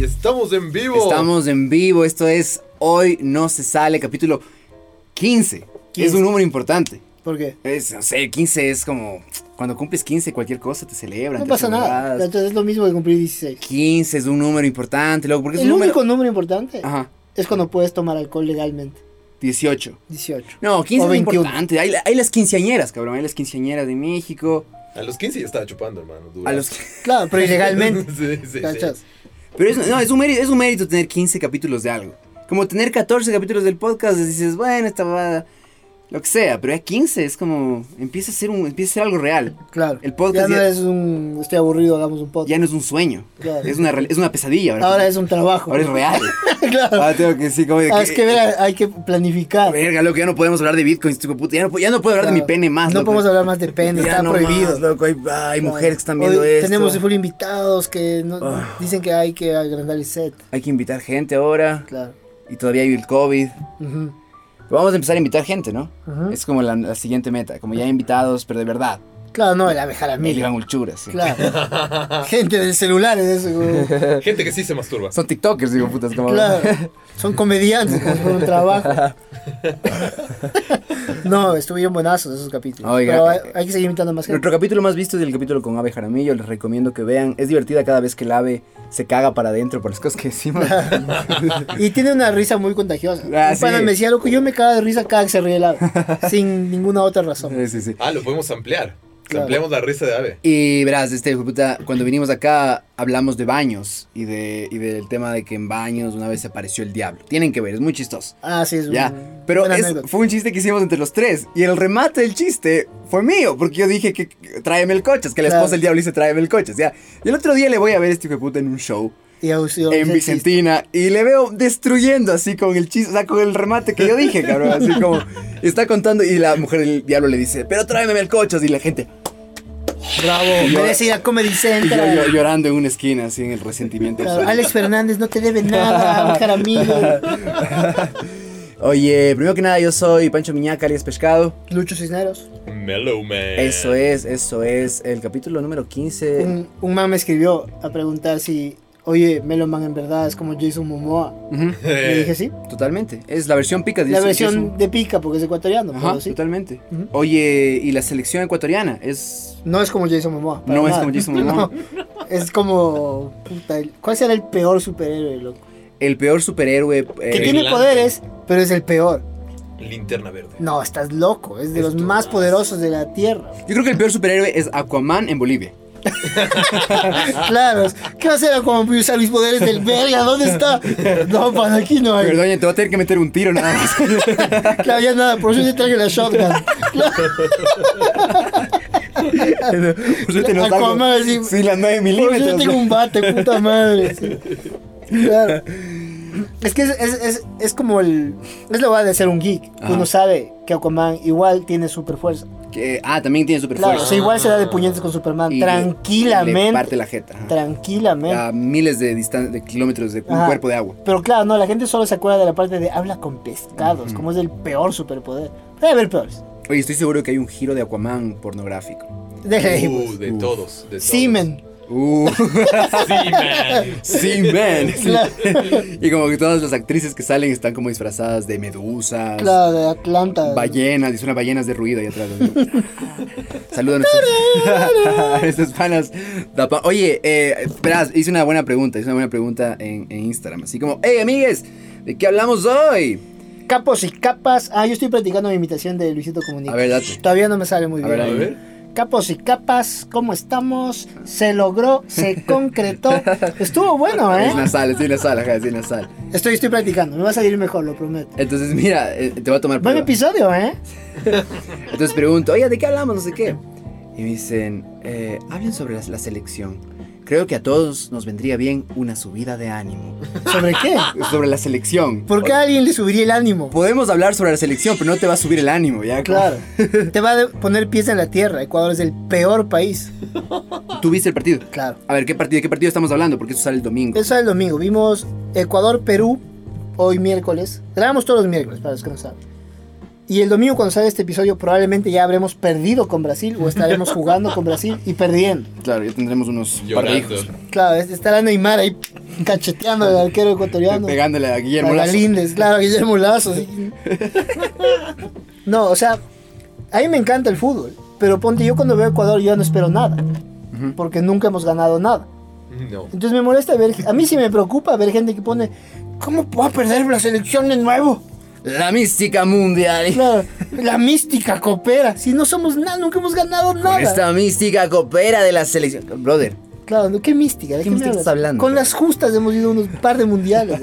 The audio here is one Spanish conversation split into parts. Estamos en vivo. Estamos en vivo, esto es Hoy no se sale, capítulo 15. 15. Es un número importante. ¿Por qué? Es, no sé, 15 es como cuando cumples 15 cualquier cosa te celebran. No te pasa hacen nada. huevadas. Entonces es lo mismo que cumplir 16. 15 es un número importante, loco, porque es El un número... único número importante Ajá, es cuando puedes tomar alcohol legalmente. 18. 18. No, 15 O es 21. importante. Hay, la- hay las quinceañeras, cabrón. Hay las quinceañeras de México. A los 15 ya estaba chupando, hermano. duro. A los... Claro, pero ilegalmente. sí, sí, sí. ¿Cachas? Pero es, no, es, un mérito, es un mérito tener 15 capítulos de algo. Como tener 14 capítulos del podcast, pues dices, bueno, esta va... Lo que sea, pero ya 15 es como... Empieza a ser, un, empieza a ser algo real. Claro. El podcast ya no ya- es un. Estoy aburrido, hagamos un podcast. Ya no es un sueño. Claro. Es una, real- es una pesadilla. ahora. Ahora es un trabajo. Ahora es real. claro. Ahora tengo que decir como... de Ah, es que ver, hay que planificar. Verga, loco, ya no podemos hablar de Bitcoin, este hijo de puta. Ya no, pu- ya no puedo hablar de mi Claro. pene más, No loco. podemos hablar más de pene, Ya está no prohibido. más, loco. Hay, hay mujeres que están viendo Hoy esto. Tenemos full invitados que no- Ah. dicen que hay que agrandar el set. Hay que invitar gente ahora. Claro. Y todavía hay el COVID. Ujú, Pero vamos a empezar a invitar gente, ¿no? ujú. Es como la, la siguiente meta. Como ya invitados, pero de verdad. Claro, no, el abeja Mil Ulchuras. sí. Claro. Gente del celular es eso. como- Gente que sí se masturba. Son TikTokers, digo, putas. Como... Claro. Son comediantes como si fuera un trabajo. No, estuvieron buenazos esos capítulos. Oiga. eh, Pero hay, hay que seguir invitando a más gente. Nuestro capítulo más visto es el capítulo con Ave Jaramillo. Les recomiendo que vean. Es divertida cada vez que el ave se caga para adentro por las cosas que decimos. Y tiene una risa muy contagiosa. Ah, un sí. pana me decía, loco, yo me cago de risa cada que se ríe el ave", Sin ninguna otra razón. sí, sí, sí. Ah, lo podemos ampliar. Claro. Ampliamos la risa de ave. Y verás, este hijo de puta, cuando vinimos acá hablamos de baños y, de, y del tema de que en baños una vez se apareció el diablo. Tienen que ver, es muy chistoso. Ah, sí, es un- Ya, pero buena es- anécdota. fue un chiste que hicimos entre los tres. Y el remate del chiste fue mío, porque yo dije que que tráeme el coches, que la Claro. esposa del diablo dice tráeme el coches. Ya, y el otro día le voy a ver a este hijo de puta en un show Y Auxilio en dice, Vicentina y le veo destruyendo así con el chiste, o sea, con el remate que yo dije, cabrón. Así como está contando y la mujer del diablo le dice, pero tráeme el coches. Y la gente Bravo, yo- merece ir a Comedy y yo, Central. yo llorando en una esquina, así en el resentimiento. Claro, Alex Fernández no te debe nada, Ángel amigo. Oye, primero que nada, yo soy Pancho Miñaca, alias Pescado. Lucho Cisneros. Mellow Man. Eso es, eso es. El capítulo número 15. Un, un man me escribió a preguntar si, oye, Meloman en verdad es como Jason Momoa. Ujú. Le dije sí. Totalmente. Es la versión pica. La versión de pica porque es ecuatoriano, Ajá, pero sí. totalmente. Ujú. Oye, ¿y la selección ecuatoriana? Es... No es como Jason Momoa. para No es nada. como Jason Momoa. No, es como. puta, el- ¿Cuál será el peor superhéroe, loco? El peor superhéroe... eh, Que ¿Qué tiene Vigilante. poderes, pero es el peor. Linterna verde. No, estás loco. Es de los Esto más. más poderosos de la tierra. Yo creo que el peor superhéroe es Aquaman en Bolivia. Claro, ¿qué va a hacer como usar mis poderes del verga? ¿Dónde está? No, para aquí no hay. Pero doña, te va a tener que meter un tiro nada más. Claro, ya nada, por eso yo traje la shotgun. Por suerte no saco- Aquaman, sí. Sí, las 9 Por eso yo milímetros. tengo un bate, puta madre. sí. Claro. Es que es, es- es- es como el. Es la verdad de ser un geek. que Ajá. Uno sabe que Aquaman igual tiene super fuerza. Que- ah, también tiene super Claro, o fuerza. sea, igual se da de puñetes con Superman. Y le- le tranquilamente. parte la jeta. ajá. Tranquilamente. A miles de, distan- de kilómetros de un Ajá. cuerpo de agua. Pero claro, no, la gente solo se acuerda de la parte de habla con pescados, como es el peor superpoder. Debe haber peores. Oye, estoy seguro que hay un giro de Aquaman pornográfico. Deja ahí, pues. Uh, de Uf. todos. De todos. Semen. Uh, Semen. sí, man. Claro. Y como que todas las actrices que salen están como disfrazadas de medusas, Claro, de Atlanta. ballenas, y suena ballenas de ruido ahí atrás. Saludan a estos panas. de Apa- Oye, eh, verás, hice una buena pregunta, hice una buena pregunta en, en Instagram. Así como, hey, amigues, ¿de qué hablamos hoy? Capos y capas. Ah, yo estoy practicando mi imitación de Luisito Comunica. A ver, date. Todavía no me sale muy A bien. ver, A ahí. ver. Capos y capas, ¿cómo estamos? Se logró, se concretó. Estuvo bueno, ¿eh? Es nasal, es nasal, ajá, es nasal. Estoy, estoy practicando, me va a salir mejor, lo prometo. Entonces, mira, eh, te va a tomar Buen prueba. episodio, ¿eh? Entonces pregunto, oye, ¿de qué hablamos? No sé qué. Y me dicen, eh, hablen sobre la, la selección. Creo que a todos nos vendría bien una subida de ánimo. ¿Sobre qué? Sobre la selección. ¿Por qué a alguien le subiría el ánimo? Podemos hablar sobre la selección, pero no te va a subir el ánimo, ¿ya? Como- Claro. Te va a poner pies en la tierra. Ecuador es el peor país. Tú viste el partido. Claro. A ver, ¿qué partido, de qué partido estamos hablando? Porque eso sale el domingo. Eso es el domingo. Vimos Ecuador-Perú hoy miércoles. Grabamos todos los miércoles, para los que no saben. Y el domingo cuando sale este episodio probablemente ya habremos perdido con Brasil o estaremos jugando con Brasil y perdiendo. Claro, ya tendremos unos par de Llorando. hijos. Claro, es- estará Neymar ahí cacheteando al arquero ecuatoriano. Pegándole a Guillermo A Lazo. Galíndez, claro, a Guillermo Lazo. sí. No, o sea, a mí me encanta el fútbol, pero ponte yo cuando veo Ecuador yo no espero nada, Ujú. porque nunca hemos ganado nada. No. Entonces me molesta ver, a mí sí me preocupa ver gente que pone, ¿cómo puedo perder la selección de nuevo? La mística mundial. Claro, la mística coopera, si no somos nada, nunca hemos ganado Con nada. esta mística copera de la selección. Brother, Claro, ¿qué mística? ¿De ¿Qué qué, me mística hablas? estás hablando? Con las justas hemos ido a unos par de mundiales,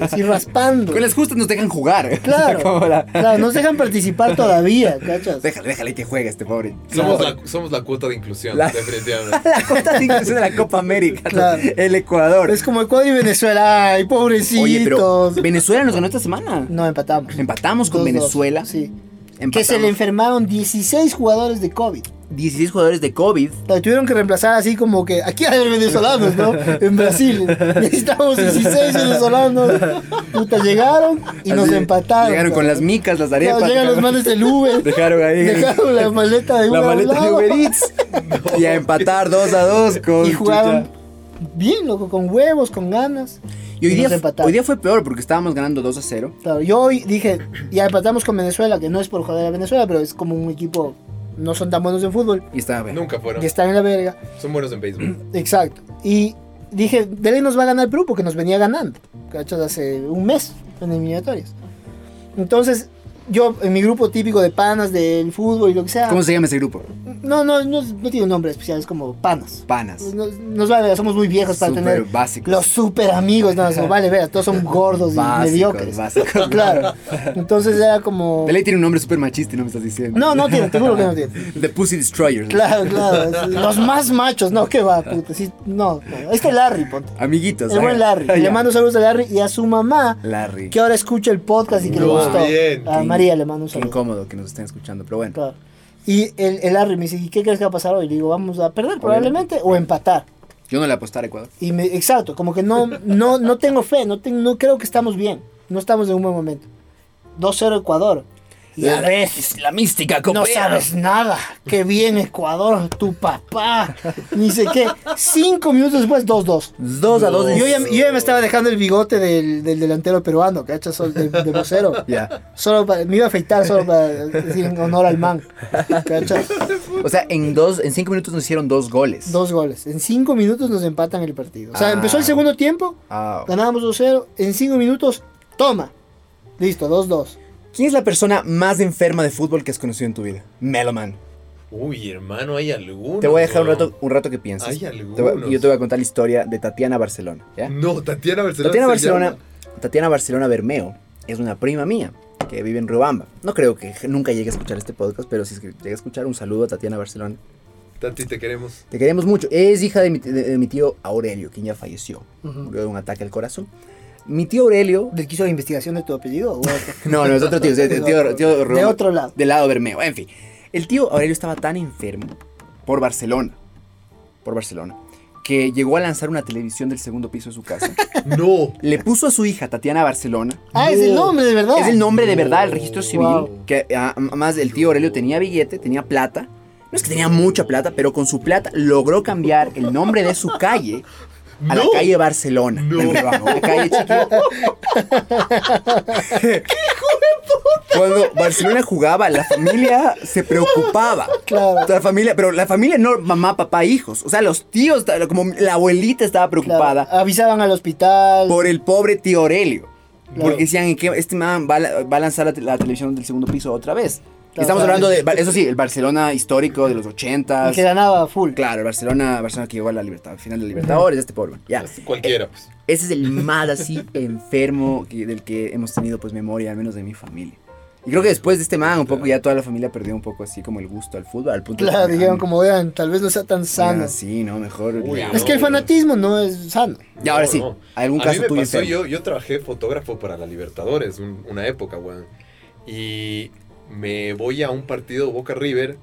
así raspando. con las justas nos dejan jugar. Como Claro, la- claro, nos dejan participar todavía, ¿cachas? Déjale, déjale que juegue este pobre. Somos la, somos la cuota de inclusión, La- definitivamente. La Copa de Inclusión de la Copa América. Claro. El Ecuador. Es como Ecuador y Venezuela, ay, pobrecitos. Oye, pero Venezuela nos ganó esta semana. No, empatamos. Empatamos con Dos, dos. Venezuela. Sí. Empatamos. Que se le enfermaron 16 jugadores de COVID. 16 jugadores de COVID. Lo tuvieron que reemplazar así como que aquí hay venezolanos, ¿no? En Brasil. Necesitamos 16 venezolanos. Puta, llegaron y nos Así, empataron. Llegaron con las cabrón. micas, las Claro, arepas. llegan los cabrón. manes del Uber. Dejaron ahí. Dejaron la maleta de Uber. la a un maleta de lado. Uber Eats. Y a empatar 2 a 2 con. Y jugaron chucha. bien, loco, con huevos, con ganas. Y hoy nos día, empataron. hoy día fue peor porque estábamos ganando 2 a 0. Claro, yo hoy dije, ya empatamos con Venezuela, que no es por joder a Venezuela, pero es como un equipo, no son tan buenos en fútbol, Y estaba bien. Nunca fueron. y están en la verga. Son buenos en béisbol. Exacto. Y dije, de ley nos va a ganar Perú porque nos venía ganando, ¿cachas? Hace un mes en eliminatorias. Entonces, yo en mi grupo típico de panas del fútbol y lo que sea, ¿Cómo se llama ese grupo? no, no, no, no tiene un nombre especial, es como panas. Panas. Pues, Nos, nos vale, somos muy viejos para Súper tener básicos. los super amigos, no, eso vale, ver, todos son gordos y Básicos, mediocres. básicos. Claro. Entonces era como... De ley tiene un nombre súper machista y no me estás diciendo. No, no tiene, te juro que no tiene. The Pussy Destroyers. Claro, claro. Los más machos, no, qué va, puta. Sí, no, no. Este Larry, ponte. Amiguitos. El buen haga- Larry. Le Ya. mando saludos a Larry y a su mamá, Larry. que ahora escucha el podcast y que le No, gustó. bien. A María le mando un Qué saludo. incómodo que nos estén escuchando, pero bueno. Claro. Y el, el Larry me dice, ¿y qué crees que va a pasar hoy? Le digo, vamos a perder probablemente o empatar. Yo no le apostaré a Ecuador. Y me, exacto, como que no, no, no tengo fe, no, tengo- no creo que estamos bien. No estamos en un buen momento. 2-0 Ecuador. Y a ver, la mística No sabes nada. Qué bien, Ecuador, tu papá. Ni sé qué. Cinco minutos después, 2-2. 2 a 2. No. Yo ya, yo ya me estaba dejando el bigote del, del delantero peruano, ¿cachas? Sol- De, de vocero. Ya. Solo para- me iba a afeitar solo para decir en honor al man. ¿Cachas? O sea, en dos, en cinco minutos nos hicieron dos goles. Dos goles. En cinco minutos nos empatan el partido. O sea, Ah. empezó el segundo tiempo, Ah. ganábamos 2-0. En cinco minutos, toma. Listo, 2-2. ¿Quién es la persona más enferma de fútbol que has conocido en tu vida? Meloman. Uy, hermano, hay alguno. Te voy a dejar un rato, un rato que pienses. Hay Te voy- algunos. Mm, yo te voy a contar la historia de Tatiana Barcelona. ¿ya? No, Tatiana Barcelona. Tatiana se Barcelona, llama. Tatiana Barcelona Bermeo es una prima mía que vive en Riobamba. No creo que nunca llegue a escuchar este podcast, pero si es que llega a escuchar, un saludo a Tatiana Barcelona. Tati, te queremos. Te queremos mucho. Es hija de mi, de- de mi tío Aurelio, quien ya falleció. Ujú. Murió de un ataque al corazón. Mi tío Aurelio. ¿Del quiso investigación de tu apellido? o otro? No, no, es otro tío. es el tío, tío Rubén- De otro lado. Del lado Bermeo. En fin. El tío Aurelio estaba tan enfermo por Barcelona. Por Barcelona. Que llegó a lanzar una televisión del segundo piso de su casa. No. Le puso a su hija, Tatiana Barcelona. Ah, es el nombre, de verdad. Es el nombre de verdad del registro No. civil. Wow. Que a- además el tío Aurelio tenía billete, tenía plata. No es que tenía mucha plata, pero con su plata logró cambiar el nombre de su calle a la No. calle Barcelona. No. en Riobamba, una calle chiquita. Cuando Barcelona jugaba, la familia se preocupaba. Claro. La familia, pero la familia no mamá, papá, hijos. O sea, los tíos, como la abuelita estaba Claro, preocupada Avisaban al hospital. por el pobre tío Aurelio. Claro. Porque decían que este man va, a la- va a lanzar la, te- la televisión del segundo piso otra vez. Y Claro, Estamos claro. hablando de, ba- eso sí, el Barcelona histórico de los 80. y que ganaba full. Claro, el Barcelona, Barcelona que llegó a la libertad, al final de Libertadores, este pobre. man, Ya. Cualquiera, pues. Ese es el más así enfermo que- del que hemos tenido pues memoria, al menos de mi familia. Y creo que después de este man, un poco ya toda la familia perdió un poco así como el gusto al fútbol, al punto Claro, de "Ah, dijeron como, vean, tal vez no sea tan sano. Sí, no, mejor. Uy, ya. Es que el fanatismo no es sano. Ya, ahora No, sí. no. ¿Algún a caso mí me tuyo pasó, enfermo? yo, yo trabajé fotógrafo para la Libertadores, un- una época, weón. Y me voy a un partido Boca River.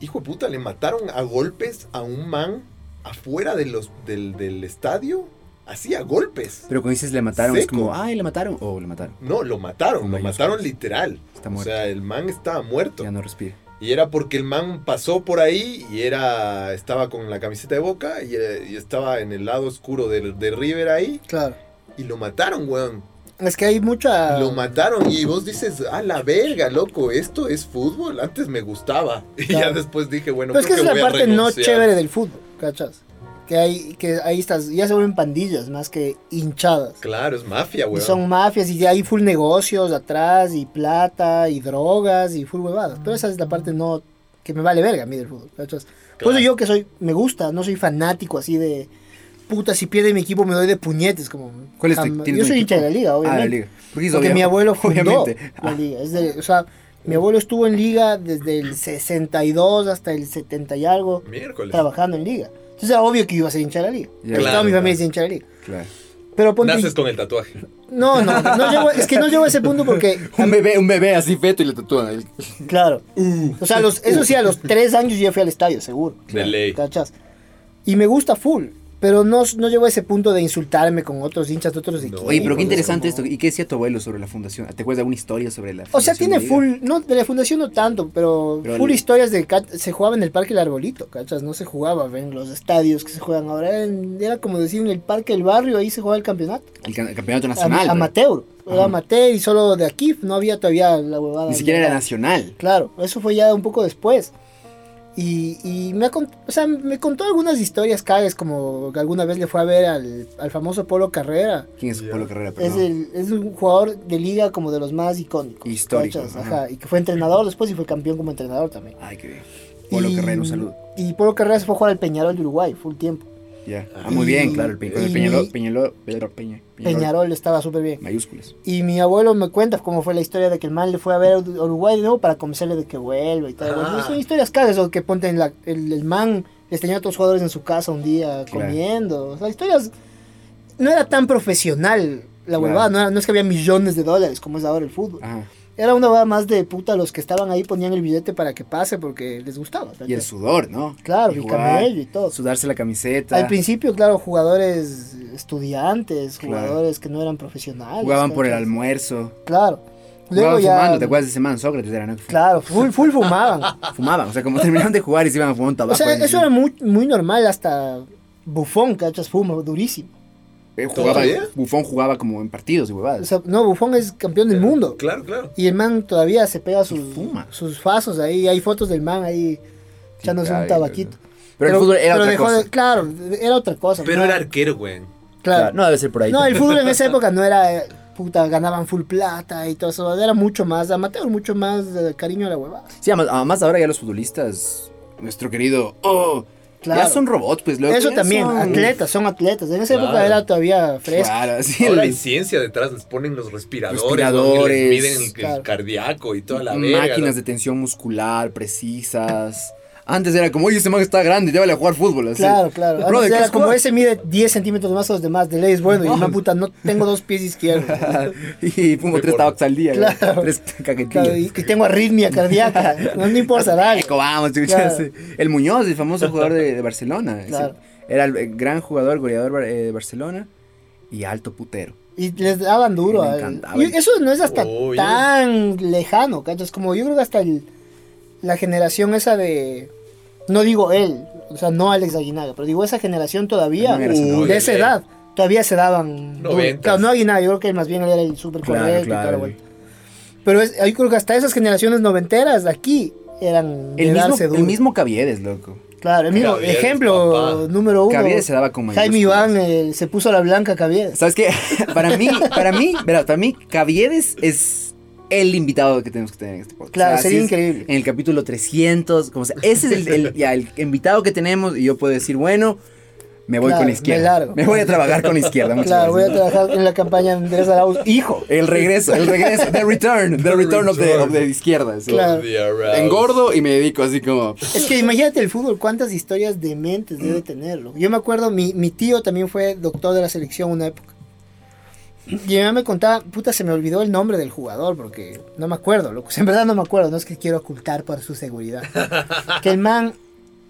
Hijo de puta, le mataron a golpes a un man afuera de los, del, del estadio. Así a golpes. Pero cuando dices le mataron, es Seco. como, ay, le mataron. O le mataron. No, lo mataron, Con lo mayúsculas. mataron literal. Está o muerto. sea, el man estaba muerto. Ya no respira. Y era porque el man pasó por ahí y era estaba con la camiseta de Boca y, eh, y estaba en el lado oscuro del, de River ahí Claro. y lo mataron, weón. Es que hay mucha. Lo mataron y vos dices, a la verga, loco, esto es fútbol. Antes me gustaba. Y ya Claro. después dije, bueno, Pero es que creo es la voy a parte no renunciar. chévere del fútbol, ¿cachas? Que hay, que ahí estás, ya se vuelven pandillas más que hinchadas. Claro, es mafia, Y weón. son mafias y hay full negocios atrás y plata y drogas y full Mm. huevadas. Pero esa es la parte no que me vale verga a mí del fútbol. ¿cachas? Por Claro. eso yo que soy, me gusta, no soy fanático así de puta, si pierde mi equipo me doy de puñetes. Como, ¿Cuál es tu- jamás- tienes Yo un soy equipo? hincha de la liga, Ah, obviamente. la liga. Porque, es Porque obvio- mi abuelo fundó Obviamente. Ah, la liga. Es de- o sea, mi abuelo estuvo en liga desde el 62 hasta el 70 y algo Miércoles. trabajando en liga. Entonces era obvio que iba a ser hincha de la liga. Ya. Toda Claro, mi familia claro. es hincha de la liga. Claro. Pero ponte... Naces con el tatuaje. No, no, no llego- es que no llego a ese punto porque... Un bebé, un bebé así feto y le tatúan. el- Claro. O sea, los, eso sí, a los tres años yo ya fui al estadio, seguro. De ley. ¿Cachas? Y me gusta full, pero no, no llego a ese punto de insultarme con otros hinchas de otros equipos. Oye, pero qué Es interesante como- esto. ¿Y qué decía tu abuelo sobre la fundación? ¿Te acuerdas de alguna historia sobre la O sea, fundación tiene de Liga? full, no, de la fundación no tanto, pero, Pero full el- historias de, ca- se jugaba en el Parque El Arbolito, ¿cachas? No se jugaba en los estadios que se juegan ahora, en- era como decir en el Parque del Barrio, ahí se jugaba el campeonato. El, ca- el campeonato Ama- nacional. pero amateur, era Ajá. amateur y solo de aquí, no había todavía la huevada. Ni siquiera era nacional. Claro, eso fue ya un poco después. Y, y me, ha cont- o sea, me contó algunas historias cagues, como que alguna vez le fue a ver al, al famoso Polo Carrera. ¿Quién es Ya. Polo Carrera? Pero Es, no. el- es un jugador de liga como de los más icónicos. Histórico, ¿cachas? ajá. Ajá, Y que fue entrenador después y fue campeón como entrenador también. Ay, qué bien. Polo Y- Carrera, un saludo. Y Polo Carrera se fue a jugar al Peñarol de Uruguay, full tiempo. Ya. Ah, Y- muy bien, claro. El, pe- con el y- Peñaló, Peñaló, Peñaló, Peña- Peñalol. Peñarol estaba súper bien. Mayúsculas. Y mi abuelo me cuenta cómo fue la historia de que el man le fue a ver a Uruguay de nuevo para convencerle de que vuelva y tal. Ah. Son historias caras, o que ponte en la- el, el man les tenía a otros jugadores en su casa un día Claro. comiendo. O sea, historias. No era tan profesional la Claro. huevada, no, era- no es que había millones de dólares como es ahora el fútbol. Ajá. Era una huevada más de puta, los que estaban ahí ponían el billete para que pase porque les gustaba. Y el sudor, ¿no? Claro, y jugar, camello y todo. Sudarse la camiseta. Al principio, claro, jugadores estudiantes, Claro. jugadores que no eran profesionales. Jugaban por el ¿cachas? almuerzo. Claro. Luego Jugaban ya, fumando, ¿te acuerdas de ese man? Sócrates era, ¿no? Claro, full, full fumaban. Fumaban, o sea, como terminaban de jugar y se iban a fumar un o tabaco. sea, ahí. eso era muy, muy normal hasta Bufón, cachas, fuma durísimo. Eh, jugaba, ¿Todavía? Bufón jugaba como en partidos y O huevadas. sea, no, Bufón es campeón del mundo. Claro, claro. Y el man todavía se pega sus, fuma. sus fasos ahí. Hay fotos del man ahí echándose un Ay, tabaquito. Pero, el fútbol era pero otra dejó de- cosa. claro, era otra cosa. Pero ¿no? era arquero, weón. Claro. No debe ser por ahí. No, el fútbol en esa época no era. eh, Puta, ganaban full plata y todo eso. Era mucho más amateur, mucho más eh, cariño a la huevada. Sí, además, además ahora ya los futbolistas, nuestro querido, oh, Claro. ya son robots, pues loco. Eso ya también, son- atletas, son atletas. En esa época Claro. era todavía fresco. Claro, sí, Ahora hay el- ciencia detrás, les ponen los respiradores, Respiradores, ¿no? Que les miden el, el claro. cardíaco y toda la verga. máquinas de tensión muscular precisas. Antes era como, oye, ese man está grande, llévale a jugar fútbol. así. Claro, claro. Antes Brother, ¿qué era es como jugar? ese mide 10 centímetros más a los demás. De ley es bueno. Y una puta, no tengo dos pies izquierdos. y fumo Muy tres gordo. tabacos al día, güey. Claro. tres Claro, y, caquetillas. y tengo arritmia cardíaca. No, no importa, dale. Eco, vamos, tú, ya Claro. sé. El Muñoz, el famoso jugador de, de Barcelona. ese- Claro. Era el eh, gran jugador, goleador eh, de Barcelona y alto putero. Y les daban duro. Me al- encantaba. y eso no es hasta Oye. tan lejano, ¿cachas? Como yo creo que hasta el- la generación esa de. No digo él, o sea, no Alex Aguinaga, pero digo esa generación todavía, No era esa, no. de esa Uy, edad, todavía se daban. duro. Noventas. Claro, no Aguinaga, yo creo que más bien él era el súper Claro, correcto y toda la claro. vuelta. Pero es, yo creo que hasta esas generaciones noventeras de aquí eran de El mismo, darse duro. el mismo Caviedes, loco. Claro, el mismo Cavieres, ejemplo papá. número uno. Cavieres se daba con Jaime mayúsculas. Iván eh, se puso la blanca Cavieres. ¿Sabes qué? Para mí, para mí, verás, para mí, Caviedes es el invitado que tenemos que tener en este podcast. Claro, O sea, sería así es, increíble. En el capítulo 300, como sea, ese es el, el- ya, el invitado que tenemos y yo puedo decir, bueno, me voy Claro, con me izquierda. largo. voy a trabajar con izquierda, muchas Claro, voy a gracias. trabajar en la campaña de Andrés Arauz, hijo. El regreso, el regreso, the return, the, The return, of the, return. of the izquierda. sí. Claro. Engordo y me dedico así como... Es que imagínate el fútbol, cuántas historias dementes debe Mm. tenerlo. Yo me acuerdo, mi, mi tío también fue doctor de la selección una época. Y mi mamá me contaba, puta, se me olvidó el nombre del jugador porque no me acuerdo, loco. En verdad no me acuerdo, no es que quiero ocultar por su seguridad. Que el man,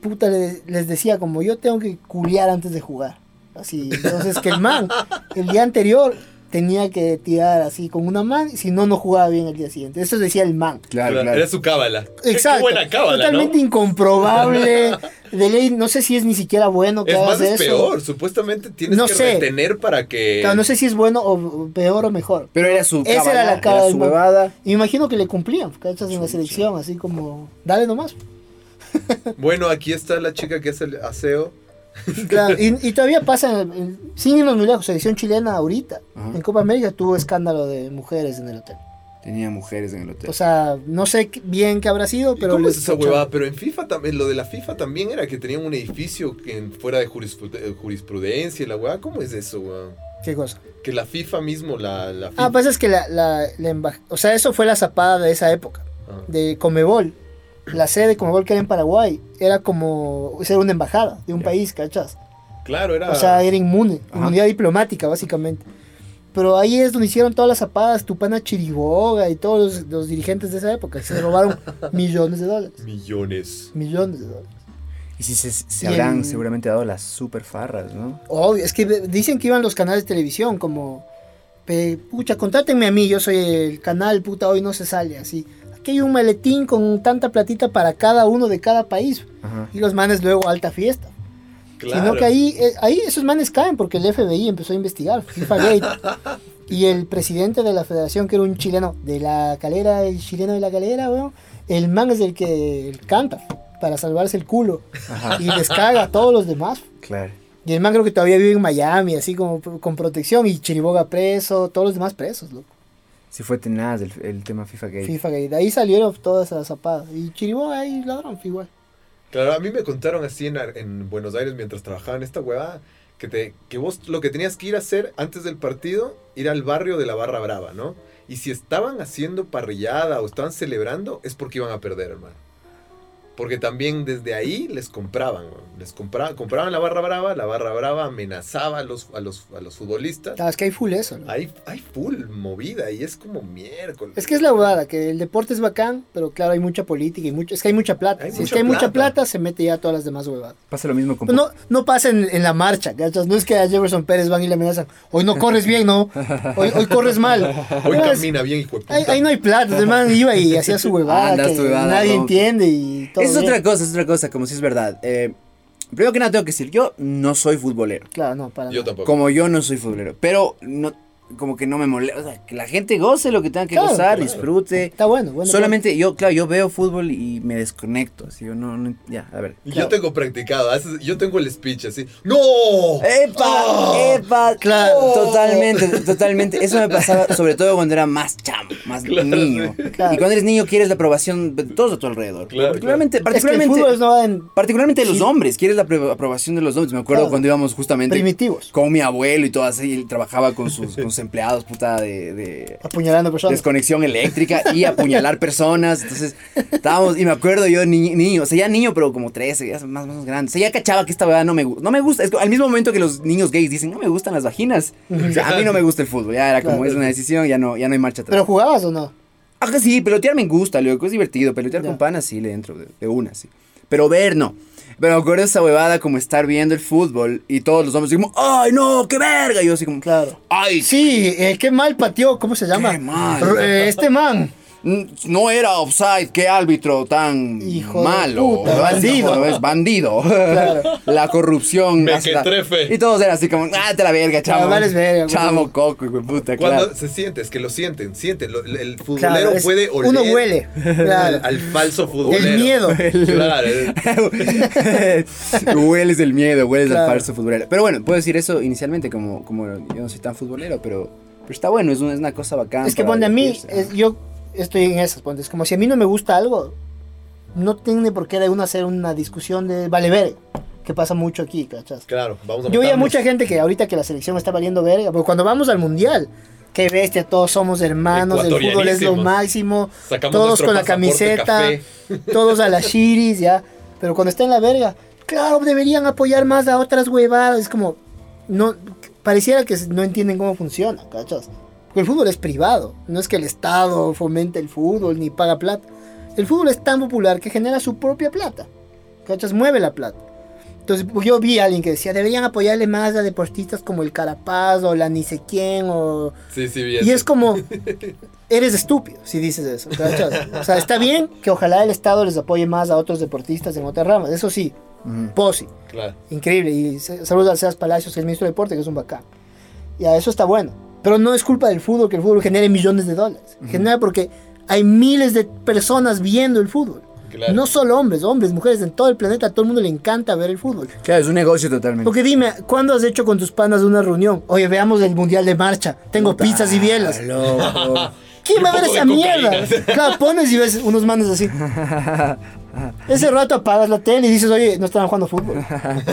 puta, le- les decía como yo tengo que culiar antes de jugar. Así, entonces que el man, el día anterior tenía que tirar así con una mano, si no, no jugaba bien al día siguiente. Eso decía el man. Claro, claro. Era su cábala. Qué- Qué Exacto. buena cábala, ¿no? Totalmente incomprobable. De ley, no sé si es ni siquiera bueno que Es más, hagas es eso. peor. Supuestamente tienes No que sé. retener para que. Claro, no sé si es bueno o o peor o mejor. Pero era su Esa era cábala, la cara del su man. huevada. Y me imagino que le cumplían, ¿cachas? En la selección, así como, dale nomás. Bueno, aquí está la chica que hace el aseo. Claro, y, y todavía pasa, en- en- sin irnos muy lejos, selección chilena ahorita, Ajá. en Copa América tuvo escándalo de mujeres en el hotel. Tenía mujeres en el hotel. O sea, no sé qué- bien qué habrá sido, ¿Y pero... ¿Cómo les es esa cacharon. huevada? Pero en FIFA también, lo de la FIFA también era que tenían un edificio que en- fuera de jurisprud- eh, jurisprudencia y la huevada. ¿Cómo es eso, huevón? ¿Qué cosa? Que la FIFA mismo, la, la FIFA. Ah, pues es que la, la, la emba- O sea, eso fue la zapada de esa época, Ah. de Comebol. La sede de Comebol que era en Paraguay era como ser una embajada de un Ya. Ah. país, ¿cachas? Claro, era. O sea, era inmune, Ajá. inmunidad diplomática, básicamente. Pero ahí es donde hicieron todas las zapadas, Tupana Chiriboga y todos los, los dirigentes de esa época. Se robaron millones de dólares. Millones. Millones de dólares. Y si se, se Y habrán el- seguramente dado las super farras, ¿no? Obvio, es que ve- dicen que iban los canales de televisión como, pe- pucha, contátenme a mí, yo soy el canal, puta, hoy no se sale así. Aquí hay un maletín con tanta platita para cada uno de cada país. Ajá. Y los manes luego alta fiesta. Claro. Sino que ahí, eh, ahí esos manes caen porque el FBI empezó a investigar, FIFA Gate. y el presidente de la federación, que era un chileno de la calera, el chileno de la calera, weón, el man es el que canta para salvarse el culo Ajá. y les caga a todos los demás. Claro. Y el man creo que todavía vive en Miami, así como pro- con protección, y Chiriboga preso, todos los demás presos, loco. Si fue tenaz el, el tema FIFA Gate. FIFA Gate. De ahí salieron todas las zapadas. Y Chiriboga ahí ladrón, fue igual. Claro, a mí me contaron así en, Ar- en Buenos Aires mientras trabajaba en esta huevada. Que, te, que vos lo que tenías que ir a hacer antes del partido, ir al barrio de la Barra Brava, ¿no? Y si estaban haciendo parrillada o estaban celebrando, es porque iban a perder, hermano. Porque también desde ahí les compraban, weón. les compra- compraban la Barra Brava, la Barra Brava amenazaba a los, a los, a los futbolistas. Ah, Es que hay full eso, ¿no? Hay, hay full movida y es como miércoles. Es que es la huevada, que el deporte es bacán, pero claro, hay mucha política y mucho, es que hay mucha plata. Hay si es mucha que hay mucha plata. plata, se mete ya todas las demás huevadas. Pues Pasa lo mismo con... No, no pasa en, en la marcha, ¿cachas? No es que a Jefferson Pérez van y le amenazan, hoy no corres bien, no, hoy, hoy corres mal. Hoy No, es- camina bien, hijo de puta. Ahí, ahí no hay plata, el man iba y hacía su Ah, huevada, andas que tu huevada, nadie no. entiende y todo es bien. otra cosa, es otra cosa, como si es verdad. Eh, primero que nada tengo que decir, yo no soy futbolero. Claro, no, para Yo nada. tampoco. Como yo no soy futbolero. Pero no, como que no me molesta. O sea, que la gente goce lo que tenga que Claro, gozar, claro. disfrute. Está bueno, bueno. Solamente yo, claro, yo veo fútbol y me desconecto. Así yo no, no- ya, a ver. Y Yo Claro. tengo practicado, haces- yo tengo el speech así. ¡No! ¡Epa! ¡Ah! ¡Epa! Claro. Oh, Totalmente, totalmente. Eso me pasaba sobre todo cuando era más chamo, más Claro, niño. sí. Claro. Y cuando eres niño quieres la aprobación de todos a tu alrededor. Claro, particularmente, Es que el particularmente, fútbol no va en particularmente de los hombres. Quieres la apro- aprobación de los hombres. Me acuerdo Claro. cuando íbamos justamente primitivos, con mi abuelo y todo así. Él trabajaba con sus, con sus empleados, puta, de- de, apuñalando personas. desconexión eléctrica y apuñalar personas. Entonces, estábamos, y me acuerdo yo, ni- niño, o sea, ya niño, pero como 13, ya más o menos grande. O sea, ya cachaba que esta verdad no me gusta. No me gusta, es co- al mismo momento que los niños gays dicen, no me gustan las vaginas. O sea, a mí no me gusta el fútbol, ya era como, Claro. es una decisión, ya no, ya no hay marcha atrás. ¿Pero jugabas o no? Ajá, sí, pelotear me gusta, loco, es divertido. Pelotear Ya. con panas, sí, le entro de, de una, sí. Pero ver, no. Pero me acuerdo esa huevada como estar viendo el fútbol y todos los hombres así como, ¡ay, no, qué verga! Y yo así como, Claro. ¡ay, sí! Sí, eh, qué mal pateó, ¿cómo se llama? Qué mal. R- eh, este man. No era offside, qué árbitro tan Hijo de malo. puta, ¿no? bandido. No, Es bandido. Claro. La corrupción. Mequetrefe. Y todos eran así como, ah, te la verga, chamo. Ah, vales verga, chamo boludo. coco, hijo de puta, Cuando claro. se siente, es que lo sienten, sienten. lo- el- el futbolero Claro, es- puede oler. uno huele. Al, Claro. al falso futbolero. El miedo. Claro. el- hueles el miedo, hueles al Claro. falso futbolero. Pero bueno, puedo decir eso inicialmente como, como yo no soy tan futbolero, pero, pero está bueno, es, un- es una cosa bacana. Es que para ponte a mí, divertirse, es- ¿no? yo estoy en esas, ponte. Es como si a mí no me gusta algo, no tiene por qué de uno hacer una discusión de vale verga, que pasa mucho aquí, ¿cachas? Claro, vamos a Yo veía matarnos. mucha gente que ahorita que la selección está valiendo verga, porque cuando vamos al mundial, qué bestia, todos somos hermanos, el fútbol es lo Ecuatorianísimos. máximo, Sacamos todos nuestro con la pasaporte camiseta, café. todos a las shiris, ya. Pero cuando está en la verga, claro, deberían apoyar más a otras huevadas. Es como, no, pareciera que no entienden cómo funciona, ¿cachas? Porque el fútbol es privado, no es que el Estado fomente el fútbol ni paga plata. El fútbol es tan popular que genera su propia plata, ¿cachas? Mueve la plata. Entonces pues, yo vi a alguien que decía, deberían apoyarle más a deportistas como el Carapaz o la ni sé quién o... Sí, sí, bien. Y es como, eres estúpido si dices eso. ¿cachas? O sea, está bien que ojalá el Estado les apoye más a otros deportistas en otras ramas, eso sí, Ujú. posi, Claro. increíble. Y sa- saludos a Seas Palacios, que es el ministro de Deporte, que es un bacán. Y a eso está bueno. Pero no es culpa del fútbol que el fútbol genere millones de dólares. Genera porque hay miles de personas viendo el fútbol. Claro. No solo hombres, hombres, mujeres, en todo el planeta a todo el mundo le encanta ver el fútbol. Claro, es un negocio totalmente. Porque dime, ¿cuándo has hecho con tus panas una reunión? Oye, veamos el mundial de marcha. Tengo pizzas y bielas. Ah, loco. ¿Quién Y va a un ver poco esa de mierda? cocaína. Claro, pones y ves unos manes así. Ese rato apagas la tele y dices, oye, no estaban jugando fútbol.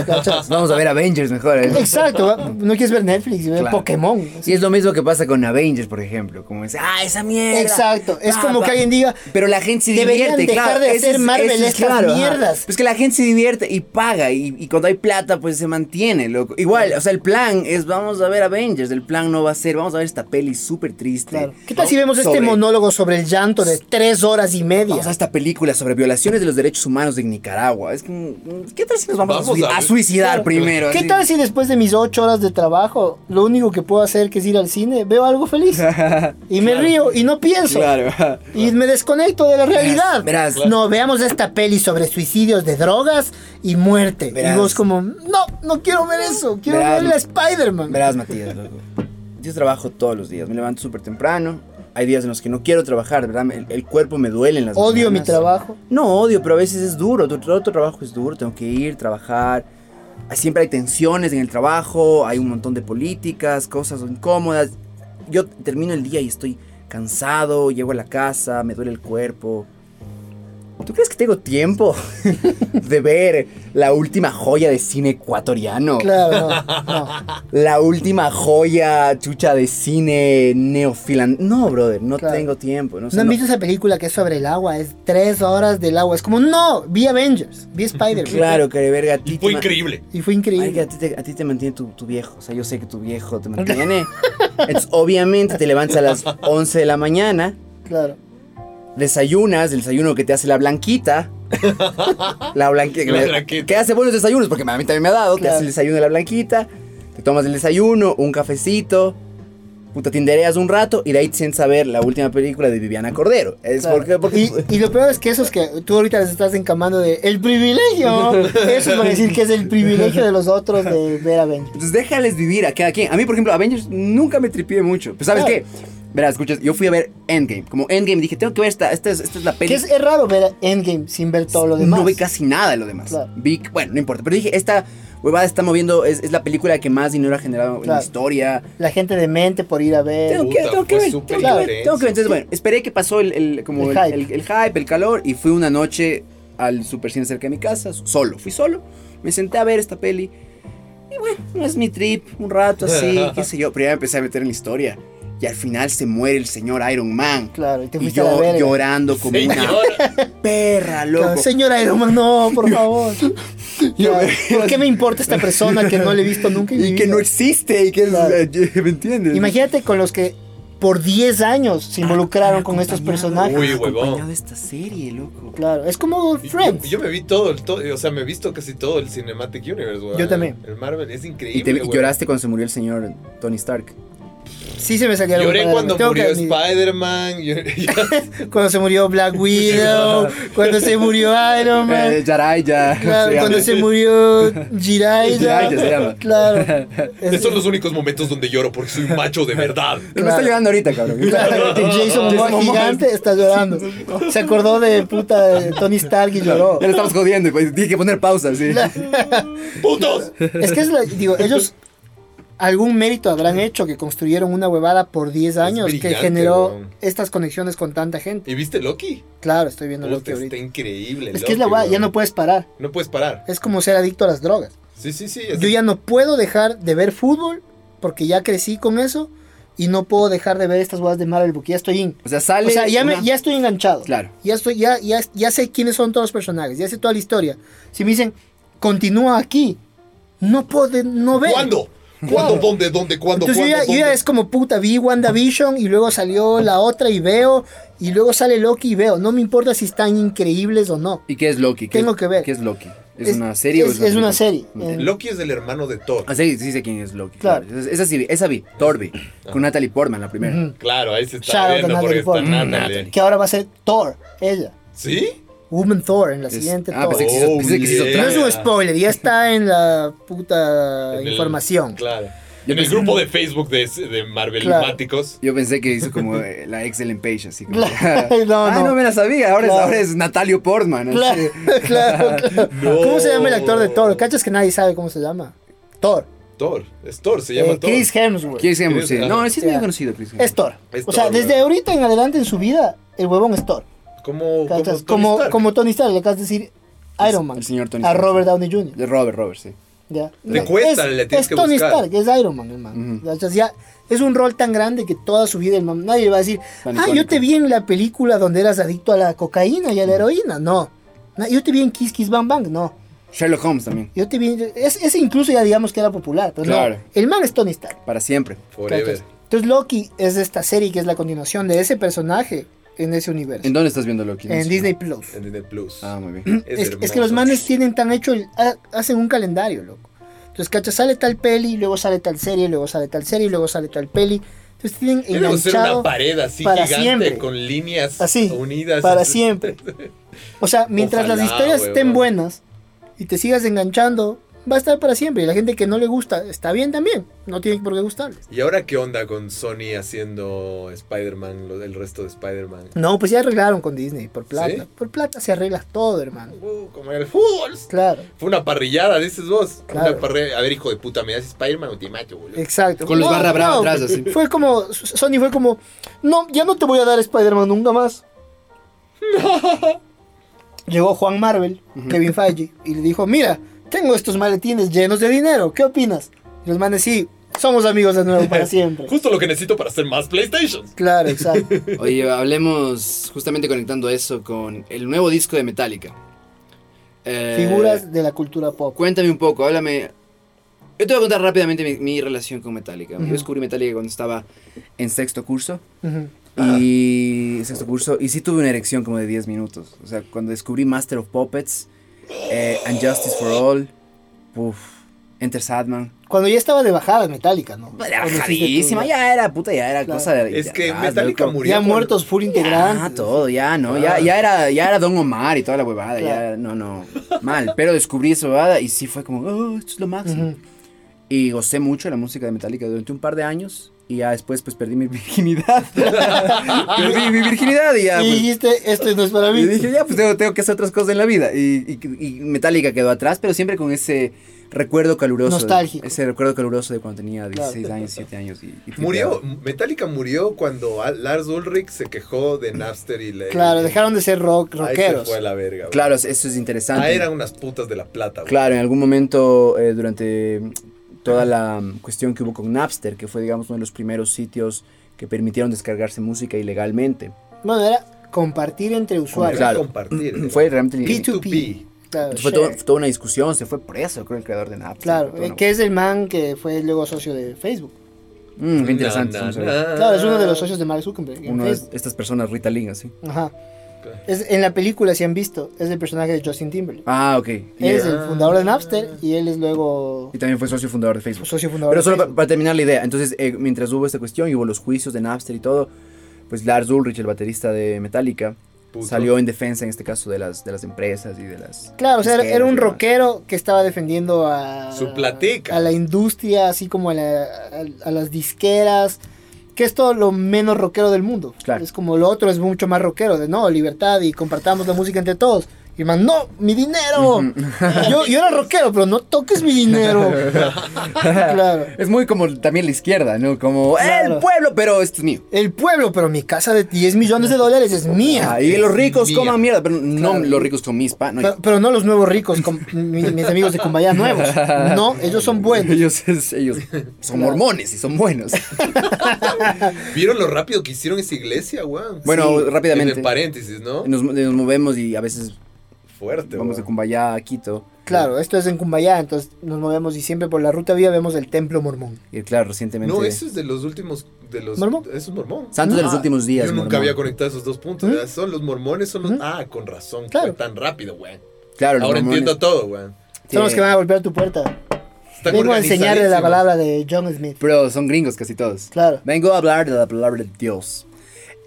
¿Cachas? Vamos a ver Avengers mejor. ¿eh? Exacto, va- no quieres ver Netflix y ver Claro. Pokémon. Y es lo mismo que pasa con Avengers, por ejemplo. Como es, ah, esa mierda. Exacto, es Pa, como pa. que alguien diga, Pero la gente se Deberían divierte, dejar claro. de ese hacer es- Marvel ese es estas claro, ajá. mierdas. Pues que la gente se divierte y paga. Y, y cuando hay plata, pues se mantiene, loco. Igual, o sea, el plan es vamos a ver Avengers. El plan no va a ser, vamos a ver esta peli súper triste. claro, ¿qué tal ¿no? si vemos este Sobre- monólogo sobre el llanto de tres horas y media? Vamos a esta película sobre violaciones de los derechos humanos de Nicaragua. Es que, mm, ¿Qué tal si nos vamos, Vamos a, sui- a a ver. suicidar Claro. primero? ¿Qué así? tal si después de mis ocho horas de trabajo, lo único que puedo hacer que es ir al cine, veo algo feliz? Y me río y no pienso. Claro. Y me desconecto de la realidad. verás. No, veamos esta peli sobre suicidios de drogas y muerte. Verás. Y vos como, no, no quiero ver eso. Quiero Verás. ver la Spider-Man. Verás, Matías, loco. Yo trabajo todos los días. Me levanto súper temprano. Hay días en los que no quiero trabajar, ¿verdad? El, el cuerpo me duele en las Odio mi mañanas. trabajo. No odio, pero a veces es duro. Tu- Todo tu trabajo es duro. Tengo que ir, trabajar. Ah, Siempre hay tensiones en el trabajo. Hay un montón de políticas, cosas incómodas. Yo termino el día y estoy cansado. Llego a la casa, me duele el cuerpo. ¿Tú crees que tengo tiempo de ver la última joya de cine ecuatoriano? Claro, no, no. La última joya chucha de cine neofilan. No, brother, no Claro. tengo tiempo. No, sé, ¿No han no- visto esa película que es sobre el agua? Es tres horas del agua. Es como, no, vi Avengers, vi Spider-Man. Claro, que verga, a ti Y te fue ma- increíble. Y fue Ay, que increíble. a, ti te, a ti te mantiene tu, tu viejo. O sea, yo sé que tu viejo te mantiene. Entonces, obviamente, te levantas a las 11 de la mañana, Claro. desayunas, el desayuno que te hace la blanquita. La blanquita. que La me- blanquita. Que hace buenos desayunos, porque a mí también me ha dado. Te Claro. hace el desayuno de la blanquita, te tomas el desayuno, un cafecito. Puta, tindereas un rato y de ahí te sientes a ver la última película de Viviana Cordero. Es claro. porque, pues, porque Y, y lo peor es que esos que tú ahorita les estás encamando de el privilegio. Eso es para decir que es el privilegio de los otros de ver Avengers. Entonces pues, déjales vivir a cada quien. A mí, por ejemplo, Avengers nunca me tripié mucho. Pues sabes Claro. qué? Verás, escuchas, yo fui a ver Endgame. Como Endgame dije, tengo que ver esta, esta es, esta es la Que peli. es, es raro ver Endgame sin ver todo lo demás. No vi casi nada de lo demás. Claro. Vi, bueno, no importa. Pero dije, esta huevada está moviendo, es, es la película que más dinero ha generado en la Claro. Eh, historia. La gente demente por ir a ver. Tengo que, Puta, tengo que fue ver, tengo súper que ver, intenso. tengo que ver. Entonces, bueno, esperé que pasó el, el- como El el, hype. el- el hype, el calor, y fui una noche al supercine cerca de mi casa, solo, fui solo, me senté a ver esta peli, y bueno, no es mi trip, un rato así, qué sé yo, pero ya me empecé a meter en la historia, y al final se muere el señor Iron Man, Claro, y te y fuiste a la yo verga. llorando como una Señor, perra, Claro, loco. Señora Iron Man, no, por favor. Claro, ¿Por qué me importa esta persona que no le he visto nunca? en mi Y que vida? no existe, y que es- eh, Claro. ¿me entiendes? Imagínate con los que por 10 años Ah, se involucraron con estos personajes. Uy, huevón. Acompañado de esta serie, loco. Claro, es como y- Friends. Yo me vi todo, el todo, o sea, me he visto casi todo el Cinematic Universe, weón. Yo también. El Marvel es increíble. Y, te- y weón. lloraste cuando se murió el señor Tony Stark. Sí se me salieron. Lloré para- cuando tengo que murió admitir. Spider-Man. lloré- lloré- Cuando se murió Black Widow, cuando se murió Iron Man, Eh, Yaraya. claro, se cuando llama. se murió Jiraiya. Jiraiya se llama. Claro. Esos Es- son los únicos momentos donde lloro porque soy un macho de verdad. Me está llegando ahorita, cabrón. Claro, Jason Momoa gigante está llorando. Se acordó de puta de Tony Stark y lloró. Ya le estamos jodiendo, pues, tiene que poner pausa, sí. ¡Putos! Es que es la- digo, ellos algún mérito habrán hecho que construyeron una huevada por 10 años que brillante, generó weón. estas conexiones con tanta gente. ¿Y viste Loki? Claro, estoy viendo lo Puta, que está ahorita. increíble. Es que es Loki, la huevada, ya weón. no puedes parar. No puedes parar. Es como ser adicto a las drogas. Sí, sí, sí. es- Yo ya no puedo dejar de ver fútbol porque ya crecí con eso y no puedo dejar de ver estas huevas de Marvel porque ya estoy in. O sea, sale. O sea, ya, me- una- ya estoy enganchado. Claro. Ya, estoy, ya, ya, ya sé quiénes son todos los personajes, ya sé toda la historia. Si me dicen, continúa aquí, no puedo no ver. ¿Cuándo? ¿Cuándo? ¿Dónde? ¿Dónde? ¿Cuándo? Entonces yo ¿Cuándo? ya, yo ya ¿Dónde? es como puta, vi WandaVision y luego salió la otra y veo, y luego sale Loki y veo. No me importa si están increíbles o no. ¿Y qué es Loki? ¿Qué- Tengo que ver. ¿Qué es Loki? ¿Es, una serie o es, es una es una película? serie. Mm. Eh, Loki es del hermano de Thor. Ah, sí, sí sé quién es Loki. Claro. Esa- Esa sí, vi, esa vi, Torby, Ah. con Natalie Portman, la primera. ujú. Claro, ahí se está Shout out a viendo porque Natalie está Portman. Natalie. Que ahora va a ser Thor, ella. ¿Sí? Woman Thor en la Es- siguiente ah, Thor. pensé que se hizo, Oh, pensé que se hizo yeah. No trans. es un spoiler, ya está en la puta En el- información. Claro. Yo en el pensé- grupo de Facebook de, de Marvelimáticos. Yo pensé que hizo como eh, la excellent page, así como. Claro, no, ah, no. me la sabía, ahora, es, Claro. ahora es Natalio Portman. así. Claro, claro, claro. No. ¿Cómo se llama el actor de Thor? ¿Cachas que nadie sabe cómo se llama? Thor. Thor. Es Thor, se Eh, llama Thor. Chris Hemsworth. ¿Quién se llama? Sí. Ah. No, sí es muy Ya. conocido, Chris. Es Thor. Es o sea, Thor, desde ¿verdad? ahorita en adelante en su vida, el huevón es Thor. Como, como, ¿Cachas? Tony Como, Stark. como Tony Stark, le acabas de decir Iron Man. el señor Tony a Stark. Robert Downey Jr. De Robert, Robert, sí. Ya. Te No, cuesta, es, le tienes es que Tony buscar. Stark, es Iron Man, hermano. Ujú. O sea, ya es un rol tan grande que toda su vida el man- nadie va a decir, Tan ah, yo icónico. te vi en la película donde eras adicto a la cocaína y a la heroína. No. Na- Yo te vi en Kiss Kiss Bang Bang. No. Sherlock Holmes también, Yo te vi. es- Ese incluso ya digamos que era popular. Pero Claro. no. El man es Tony Stark. para siempre. Forever. ¿cachas? Entonces Loki es esta serie que es la continuación de ese personaje en ese universo. ¿En En, dónde estás viendo Loki? No sé. Disney Plus. En Disney Plus. Ah, muy bien. Es Es, es hermoso. que los manes tienen tan hecho, el- ha- hacen un calendario, loco. Entonces, cacha, sale tal peli, luego sale tal serie, luego sale tal serie, luego sale tal peli. Entonces tienen Tiene que ser enganchado una pared así para gigante siempre. con líneas así, unidas. para siempre. O sea, mientras Ojalá, las historias estén huevón. buenas y te sigas enganchando, va a estar para siempre. Y la gente que no le gusta, está bien también. No tiene por qué gustarles. ¿Y ahora qué onda con Sony haciendo Spider-Man, lo- el resto de Spider-Man? No, pues ya arreglaron con Disney, por plata. ¿Sí? Por plata se arregla todo, hermano. Uh, como en el fútbol. Claro, Fue una parrillada, dices vos. Claro. Eh. Una parrilla. A ver, hijo de puta, ¿me das Spider-Man o te mato, boludo? exacto. Con los No, barra brava no, atrás, así. Fue como, Sony fue como, no, ya no te voy a dar Spider-Man nunca más. Llegó Juan Marvel, Kevin Feige, y le dijo, mira, tengo estos maletines llenos de dinero, ¿qué opinas? Y los manes, sí, somos amigos de nuevo para siempre. Justo lo que necesito para hacer más PlayStations. claro, exacto. Oye, hablemos justamente conectando eso con el nuevo disco de Metallica. Eh, Figuras de la cultura pop. Cuéntame un poco, háblame. Yo te voy a contar rápidamente mi, mi relación con Metallica. Yo Ujú. descubrí Metallica cuando estaba en sexto curso. Ujú. Y sexto curso, y sí tuve una erección como de 10 minutos. O sea, cuando descubrí Master of Puppets, eh, And Justice for All, puf, Enter Sadman. Cuando ya estaba de bajada metálica, ¿no? Pues Era Cuando hiciste tú, bajadísima, ya era puta, ya era Claro. cosa de. Es de que atrás, Metallica loco. murió. Ya con- muertos, full integrante. Ah, todo, ya, no, ya, Ah. ya era, ya era Don Omar y toda la huevada, ya, Claro. no, no, mal, pero descubrí esa huevada y sí fue como, oh, esto es lo máximo. Y gocé mucho la música de Metallica durante un par de años y ya después pues perdí mi virginidad, perdí mi virginidad y ya, y pues, dijiste, esto no es para mí. y dije, ya, pues tengo, tengo que hacer otras cosas en la vida. Y, y- y Metallica quedó atrás, pero siempre con ese recuerdo caluroso. de- Nostálgico. ese recuerdo caluroso de cuando tenía 16 Claro. años, 7 años. Y, y Murió, Metallica murió cuando a- Lars Ulrich se quejó de Napster y le. Claro, dejaron de ser rock, Ahí se rockeros. fue a la verga. güey. Claro, eso es interesante. Ah, eran unas putas de la plata, güey. Claro, en algún momento eh, durante mm, toda la mm, cuestión que hubo con Napster, que fue, digamos, uno de los primeros sitios que permitieron descargarse música ilegalmente. Bueno, era compartir entre usuarios. Era Claro. Mm, compartir. era Fue realmente... P2P. Claro, Fue share. todo- toda una discusión, se fue preso, creo, el creador de Napster. Claro, fue toda eh, una- que es el man que fue luego socio de Facebook. Mm, qué interesante. Na, na, eso no sabía. na. Claro, es uno de los socios de Mark Zuckerberg. en Uno de Facebook. estas personas, Rita Lee, así. Ajá. Es, en la película, si han visto, es el personaje de Justin Timberlake. Ah, ok. Y, Él es eh, el fundador de Napster y él es luego y también fue socio fundador de Facebook. socio fundador Pero de solo pa- para, Facebook. terminar la idea, entonces eh, mientras hubo esta cuestión y hubo los juicios de Napster y todo, pues Lars Ulrich, el baterista de Metallica, Puto. salió en defensa en este caso de las, de las empresas y de las... Claro, o sea, era, era disqueras un y demás. rockero que estaba defendiendo a... Su platica. A la industria, así como a, la- a- a las disqueras, que es todo lo menos rockero del mundo. Claro. Es como lo otro es mucho más rockero, de no, libertad y compartamos la música entre todos. Y man, no, mi dinero. yo, yo era rockero, pero no toques mi dinero. claro. Es muy como también la izquierda, ¿no? Como "Eh, Claro. el pueblo, pero esto es mío. El pueblo, pero mi casa de 10 millones de dólares es mía. Ah, y los ricos mía. coman mierda, pero no Claro. los ricos con mis pa, no, Pero, pero no los nuevos ricos, con mi- mis amigos de Cumbaya nuevos. No, ellos son buenos. Ellos, ellos son Claro. mormones y son buenos. ¿Vieron lo rápido que hicieron esa iglesia, weón? Bueno, Sí, rápidamente. Entre paréntesis, ¿no? Nos, nos movemos y a veces Fuerte, vamos de weón. Cumbayá a Quito. Claro, esto es en Cumbayá, entonces nos movemos y siempre por la ruta vía vemos el templo mormón. Y claro, recientemente. No, eso es de los últimos. De los, ¿Mormón? Eso es mormón. Santos de los Ah, últimos días. Yo nunca mormón. había conectado esos dos puntos. ¿Mm? ¿verdad? Son los mormones, son los. ¿Mm? Ah, con razón. Claro. Fue tan rápido, weón. Claro, los Ahora mormones entiendo todo, weón. Son los tienen- que van a golpear tu puerta. Están Vengo a enseñarle la organizadísimos. palabra de John Smith. Pero son gringos casi todos. Claro. Vengo a hablar de la palabra de Dios.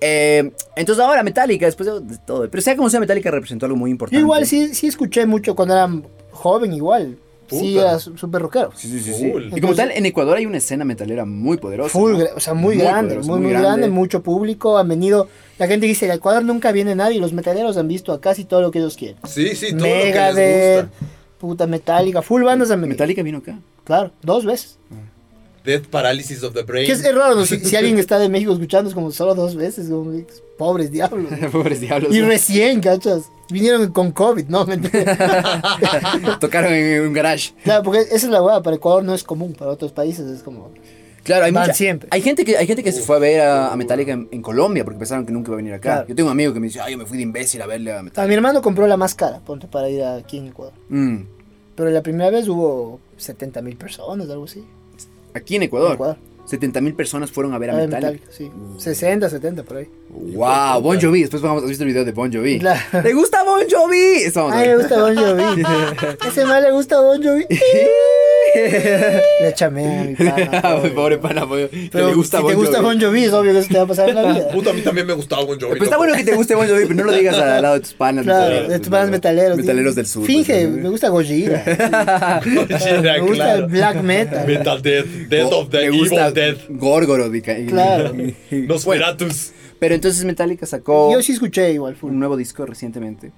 Eh, entonces ahora Metallica, después de, de todo. Pero sea como sea, Metallica representó algo muy importante. Yo igual sí, sí escuché mucho cuando era joven, igual. Sí, Puta. era su- súper rockero. Sí, sí, sí, sí. Full. Y como tal, en Ecuador hay una escena metalera muy poderosa. Full, ¿no? gra- o sea, muy, grande, poderosa, muy, muy grande. mucho público. Han venido. La gente dice: "De Ecuador nunca viene nadie. Los metaleros han visto a casi todo lo que ellos quieren. Sí, sí, todo Mega lo que les de gusta. puta metálica, full bandas han venido. Metallica vino acá. Claro, dos veces. Death Paralysis of the Brain. Que es, es raro, ¿no? si, si alguien está de México escuchando, es como solo dos veces. como, pobres diablos. Pobres diablos. Y recién, cachas. Vinieron con COVID, ¿no? Mentira. Tocaron en un garage. claro, porque esa es la hueá. Para Ecuador no es común, para otros países es como. Claro, hay Van mucha, siempre. Hay gente que, hay gente que se fue a ver a, a Metallica en, en Colombia porque pensaron que nunca iba a venir acá. Claro. Yo tengo un amigo que me dice, ay, yo me fui de imbécil a verle a Metallica. A mi hermano compró la más cara, ponte, para ir aquí en Ecuador. Mm, Pero la primera vez hubo 70 mil personas, algo así. Aquí en Ecuador, En Ecuador. 70 mil personas fueron a ver a Ah, de Metallica. Metallica, sí. 60, 70 por ahí. Wow, Bon Jovi. Después vamos a visto el video de Bon Jovi. Claro. ¿Te gusta Bon Jovi? Eso vamos a Ay, ver. me gusta Bon Jovi. Ese mal le gusta Bon Jovi. Le chamé a mi pana. Ay, pobre. Pobre pana, pobre. que Pero le gusta si Bon te gusta Jovi. Bon Jovi, es obvio que eso te va a pasar en la vida. Puta, a mí también me gustaba Bon Jovi. Pero está loco. bueno que te guste Bon Jovi, pero no lo digas al lado de tus panas. Claro, metaleros, de tus pues, bandas ¿no? metaleros. Metaleros sí. del sur. Finge, pues, ¿no? me gusta Gojira. Era me gusta claro. el black metal. Metal Death, Death O- of the le Evil Oh, gusta Death, Gorgoroth y ca- y- Claro. Nosferatus. Pero entonces Metallica sacó Yo sí escuché igual un full. nuevo disco recientemente.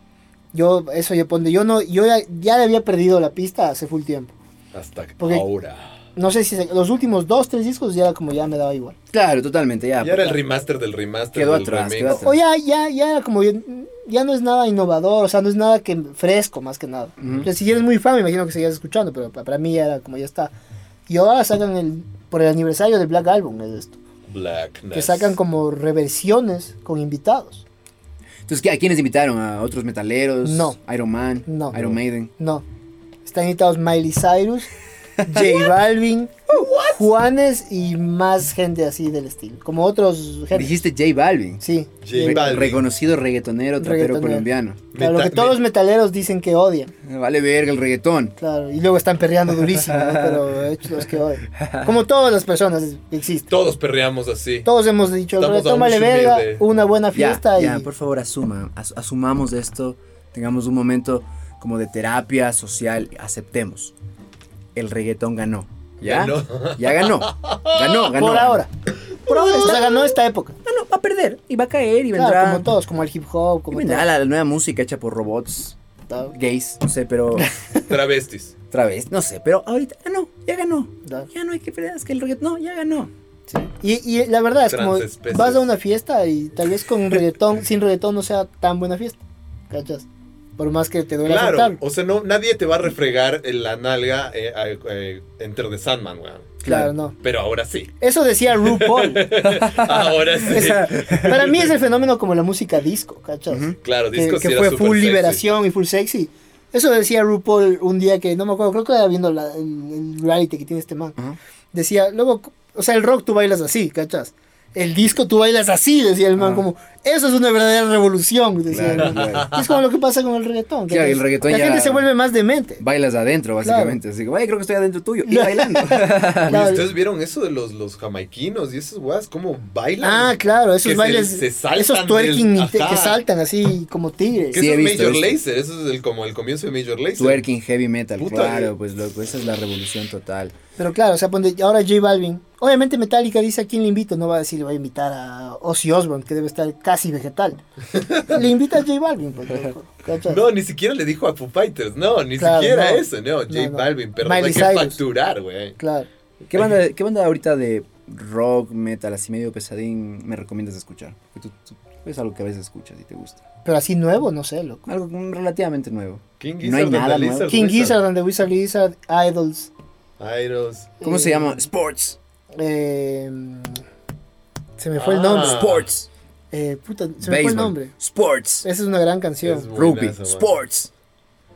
Yo eso yo pondré. Yo no, yo ya, ya le había perdido la pista hace full tiempo. Hasta Porque- ahora. No sé si se- los últimos dos, tres discos ya como ya me daba igual. Claro, totalmente, ya. Y era el remaster del remaster Ah, Quedó del atrás, remix. quedó atrás. O ya, ya, ya era como bien- ya no es nada innovador, o sea, no es nada que fresco más que nada. Ujú. O sea, si eres muy fan, me imagino que seguías escuchando, pero pa- para mí ya era como ya está. Y ahora sacan el por el aniversario del Black Album es esto, Blackness. que sacan como reversiones con invitados. Entonces, ¿qué- ¿a quiénes invitaron? ¿A otros metaleros? No. Iron Man, No. Iron Maiden. No. Están invitados Miley Cyrus, J Balvin, Juanes y más gente así del estilo. Como otros géneros. Dijiste J Balvin. Sí. J Re- Balvin. Reconocido reggaetonero, trapero Reggaetonero. colombiano. Claro, lo Meta- que todos los me- metaleros dicen que odian. Vale verga el reggaetón. Claro. Y luego están perreando durísimo, ¿no? pero de hecho, los que odian. Como todas las personas que existen. Todos perreamos así. Todos hemos dicho, Estamos a un tómale chumel verga, de- una buena Ya, fiesta ya, y. por favor, asuma, as- asumamos esto, tengamos un momento como de terapia social, aceptemos. El reggaetón ganó. ¿Ya? Ganó. Ya ganó. Ganó, ganó. Por ahora. Por ahora. O sea, ganó esta época. Ganó, va a perder y va a caer y vendrá. Claro, como todos, como el hip hop, Y como vendrá todo. la, la nueva música hecha por robots, Da- gays, no sé, pero Travestis. otra vez, no sé, pero ahorita ganó, ya ganó. da- Ya no hay que perder, es que el reggaetón, no, ya ganó. Sí. Y, y la verdad es como Transespecies. vas a una fiesta y tal vez con reggaetón, sin reggaetón no sea tan buena fiesta. ¿Cachas? Por más que te duela Claro. aceptarlo. O sea, no, nadie te va a refregar en la nalga eh, a- eh, Enter the Sandman, weón. Claro. Claro, no. Pero ahora sí. Eso decía RuPaul. Ahora sí. Esa- para mí es el fenómeno como la música disco, ¿cachas? Ujú. Claro, Que, disco sí que era fue super full sexy. liberación y full sexy. Eso decía RuPaul un día que no me acuerdo, creo que estaba viendo la- el, el reality que tiene este man. Ajá. Decía, luego, o sea, el rock tú bailas así, ¿cachas? El disco tú bailas así, decía el man, Ah. como, eso es una verdadera revolución, decía el Claro, man. claro. Es como lo que pasa con el reggaetón. Claro, ¿cachas? el reggaetón La ya- gente se vuelve más demente. Bailas adentro, básicamente. Así como, "Ay, creo que estoy adentro tuyo. Y bailando. Oye, Claro. ¿Ustedes vieron eso de los, los jamaiquinos y esas weas? ¿Cómo bailan? Ah, claro, esos Que se- bailes, se saltan esos twerking del- y te- ajá. que saltan así como tigres. Que Sí, eso he es visto, Major he visto. Lazer, eso es el, como el comienzo de Major Lazer. Twerking, heavy metal, Puta, claro, eh. pues loco, esa es la revolución total. Pero claro, o sea, ponte, ahora J Balvin. Obviamente Metallica dice a quién le invito, no va a decir le voy a invitar a Ozzy Osbourne, que debe estar casi vegetal. le invita a J Balvin, pues, loco, ¿cachas? No, ni siquiera le dijo a Foo Fighters, no, ni Claro, siquiera no. eso, no, J No, no. Balvin, pero Miley hay que Cyrus. facturar, güey. Claro. ¿Qué banda, ¿Qué banda ahorita de rock, metal, así medio pesadín me recomiendas escuchar? Que tú- tú- es algo que a veces escuchas y te gusta. Pero así nuevo, no sé, loco. Algo mm, relativamente nuevo. King No Gizzard hay and nada the nuevo. Lizard King Gizzard Wizard. and the Wizard Lizard, Idols. Idols. ¿Cómo eh, se llama? Sports. eh, se me fue el Ah. nombre. Sports. Eh, puta, se me fue Baseball. el nombre. Eh. Sports. Esa es una gran Es canción. Rugby. buenazo, güey. Sports.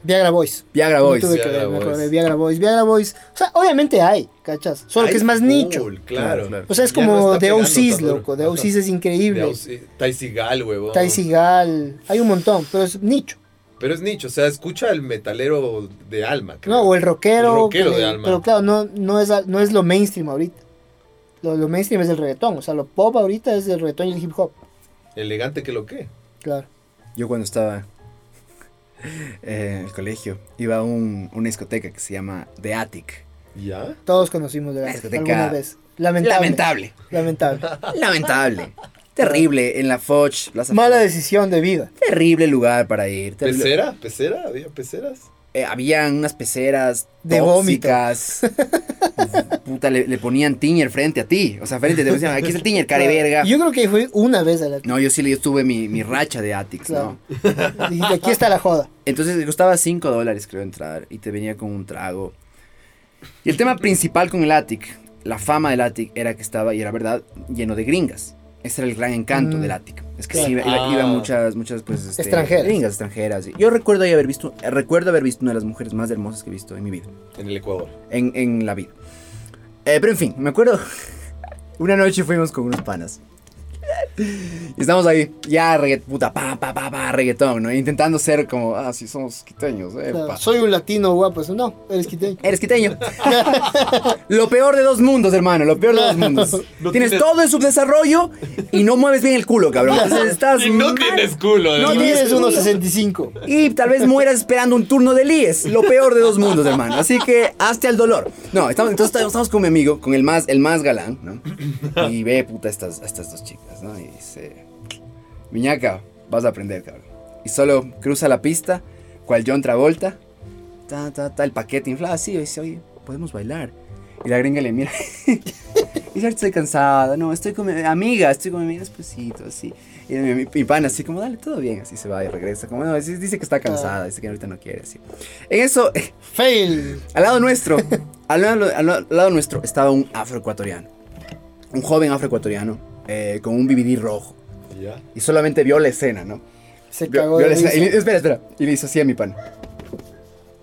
Viagra Boys. Viagra No Boys. tuve que Viagra ver, me Boys. acordé, Viagra Boys. Viagra Boys. O sea, obviamente hay, ¿cachas? Solo que Ay, es más full, nicho. Claro. Claro, claro. O sea, es Ya no como está The pegando OCs, tan duro. loco. The Ajá. OCs es increíble. The OC, Ty Seagal, huevón. Ty Seagal. Hay un montón, pero es nicho. Pero es nicho, o sea, escucha el metalero de alma. creo. No, o el rockero. El rockero que- de alma. Pero claro, no, no, es, no es lo mainstream ahorita. Lo, lo mainstream es el reggaetón. O sea, lo pop ahorita es el reggaetón y el hip hop. Elegante que lo que. Claro. Yo cuando estaba eh, en el colegio, iba a un- una discoteca que se llama The Attic. ¿Ya? Todos conocimos Este, de la Discoteca alguna vez. Lamentable. Lamentable. Lamentable. Lamentable. Terrible en la Foch. Plaza Mala Foch. decisión de vida. Terrible lugar para ir. terrible- ¿Pecera? ¿Pecera? ¿Había peceras? eh, habían unas peceras De tóxicas. Puta, le, le ponían tiñer frente a ti. O sea, frente te decían, aquí está el tiñer, careverga. Yo creo que fui una vez a la. No, yo sí le tuve mi, mi racha de Atix, Claro. ¿no? Dijiste, aquí está la joda. Entonces le costaba 5 dólares, creo, entrar. Y te venía con un trago. Y el tema principal con el Attic, la fama del Attic, era que estaba, y era verdad, lleno de gringas. Ese era el gran encanto Mm. del Attic. Es que Claro. sí, iba, iba- Ah. iban muchas, muchas, pues. este, Extranjeras. Gringas extranjeras. Yo recuerdo ahí haber visto, recuerdo haber visto una de las mujeres más hermosas que he visto en mi vida. En el Ecuador. en, en la vida. Eh, pero en fin, me acuerdo. Una noche fuimos con unos panas. Y estamos ahí, ya reggaetón, puta, pa, pa, pa, pa, reggaetón, ¿no? Intentando ser como, ah, sí, somos quiteños, eh, Claro, pa. Soy un latino guapo. Eso no, eres quiteño. Eres quiteño. lo peor de dos mundos, hermano, lo peor de dos mundos. No tienes, tienes- todo en subdesarrollo y no mueves bien el culo, cabrón. Entonces estás Y no mal. tienes culo, No además. Y tienes mides culo. 1.65. Y tal vez mueras esperando un turno del IES. Lo peor de dos mundos, hermano. Así que hazte al dolor. No, estamos, entonces estamos- estamos con mi amigo, con el más, el más galán, ¿no? Y ve, puta, a estas, a estas dos chicas, ¿no? Y dice, Miñaca, vas a aprender, cabrón. Y solo cruza la pista, cual John Travolta, ta, ta, ta, el paquete inflado así. Y dice, oye, podemos bailar. Y la gringa le mira. Y ya estoy cansada, no, estoy con mi amiga, estoy con mi amiga esposito, así. Y mi, mi- mi pana así como, dale, todo bien, así se va y regresa. Como, no, dice, dice que está cansada, dice que ahorita no quiere, así. En eso, Fail. al lado nuestro, al, lado- al lado- al lado nuestro estaba un afroecuatoriano. Un joven afroecuatoriano eh, con un BBD rojo. ¿Ya? Y solamente vio la escena, ¿no? Se Vio- cagó vio la de escena, risa. y le- espera, espera. Y le hizo así a mi pan.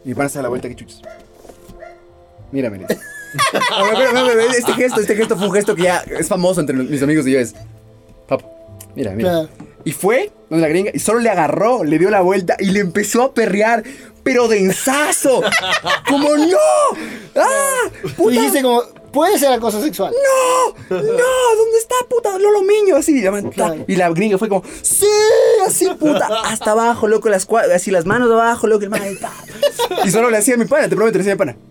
Mi pan se da la vuelta que chuches. Mírame. le dice. No, no, pero, no, pero este gesto, este gesto fue un gesto que ya es famoso entre los- mis amigos y yo. Es. Papo, mira, mira. Claro. Y fue donde la gringa y solo le agarró, le dio la vuelta y le empezó a perrear, pero densazo. Como no. ¡Ah! Tú ¡Puta! dijiste como, puede ser acoso sexual. ¡No! ¿Dónde está, puta? Lolo Miño, así. la man- ta- Claro. Y la gringa fue como, ¡Sí! Así, puta. Hasta abajo, loco, las cua- así las manos abajo, loco, el man, ahí, pa. Y solo le hacía a mi pana, te prometo, le hacía a mi pana.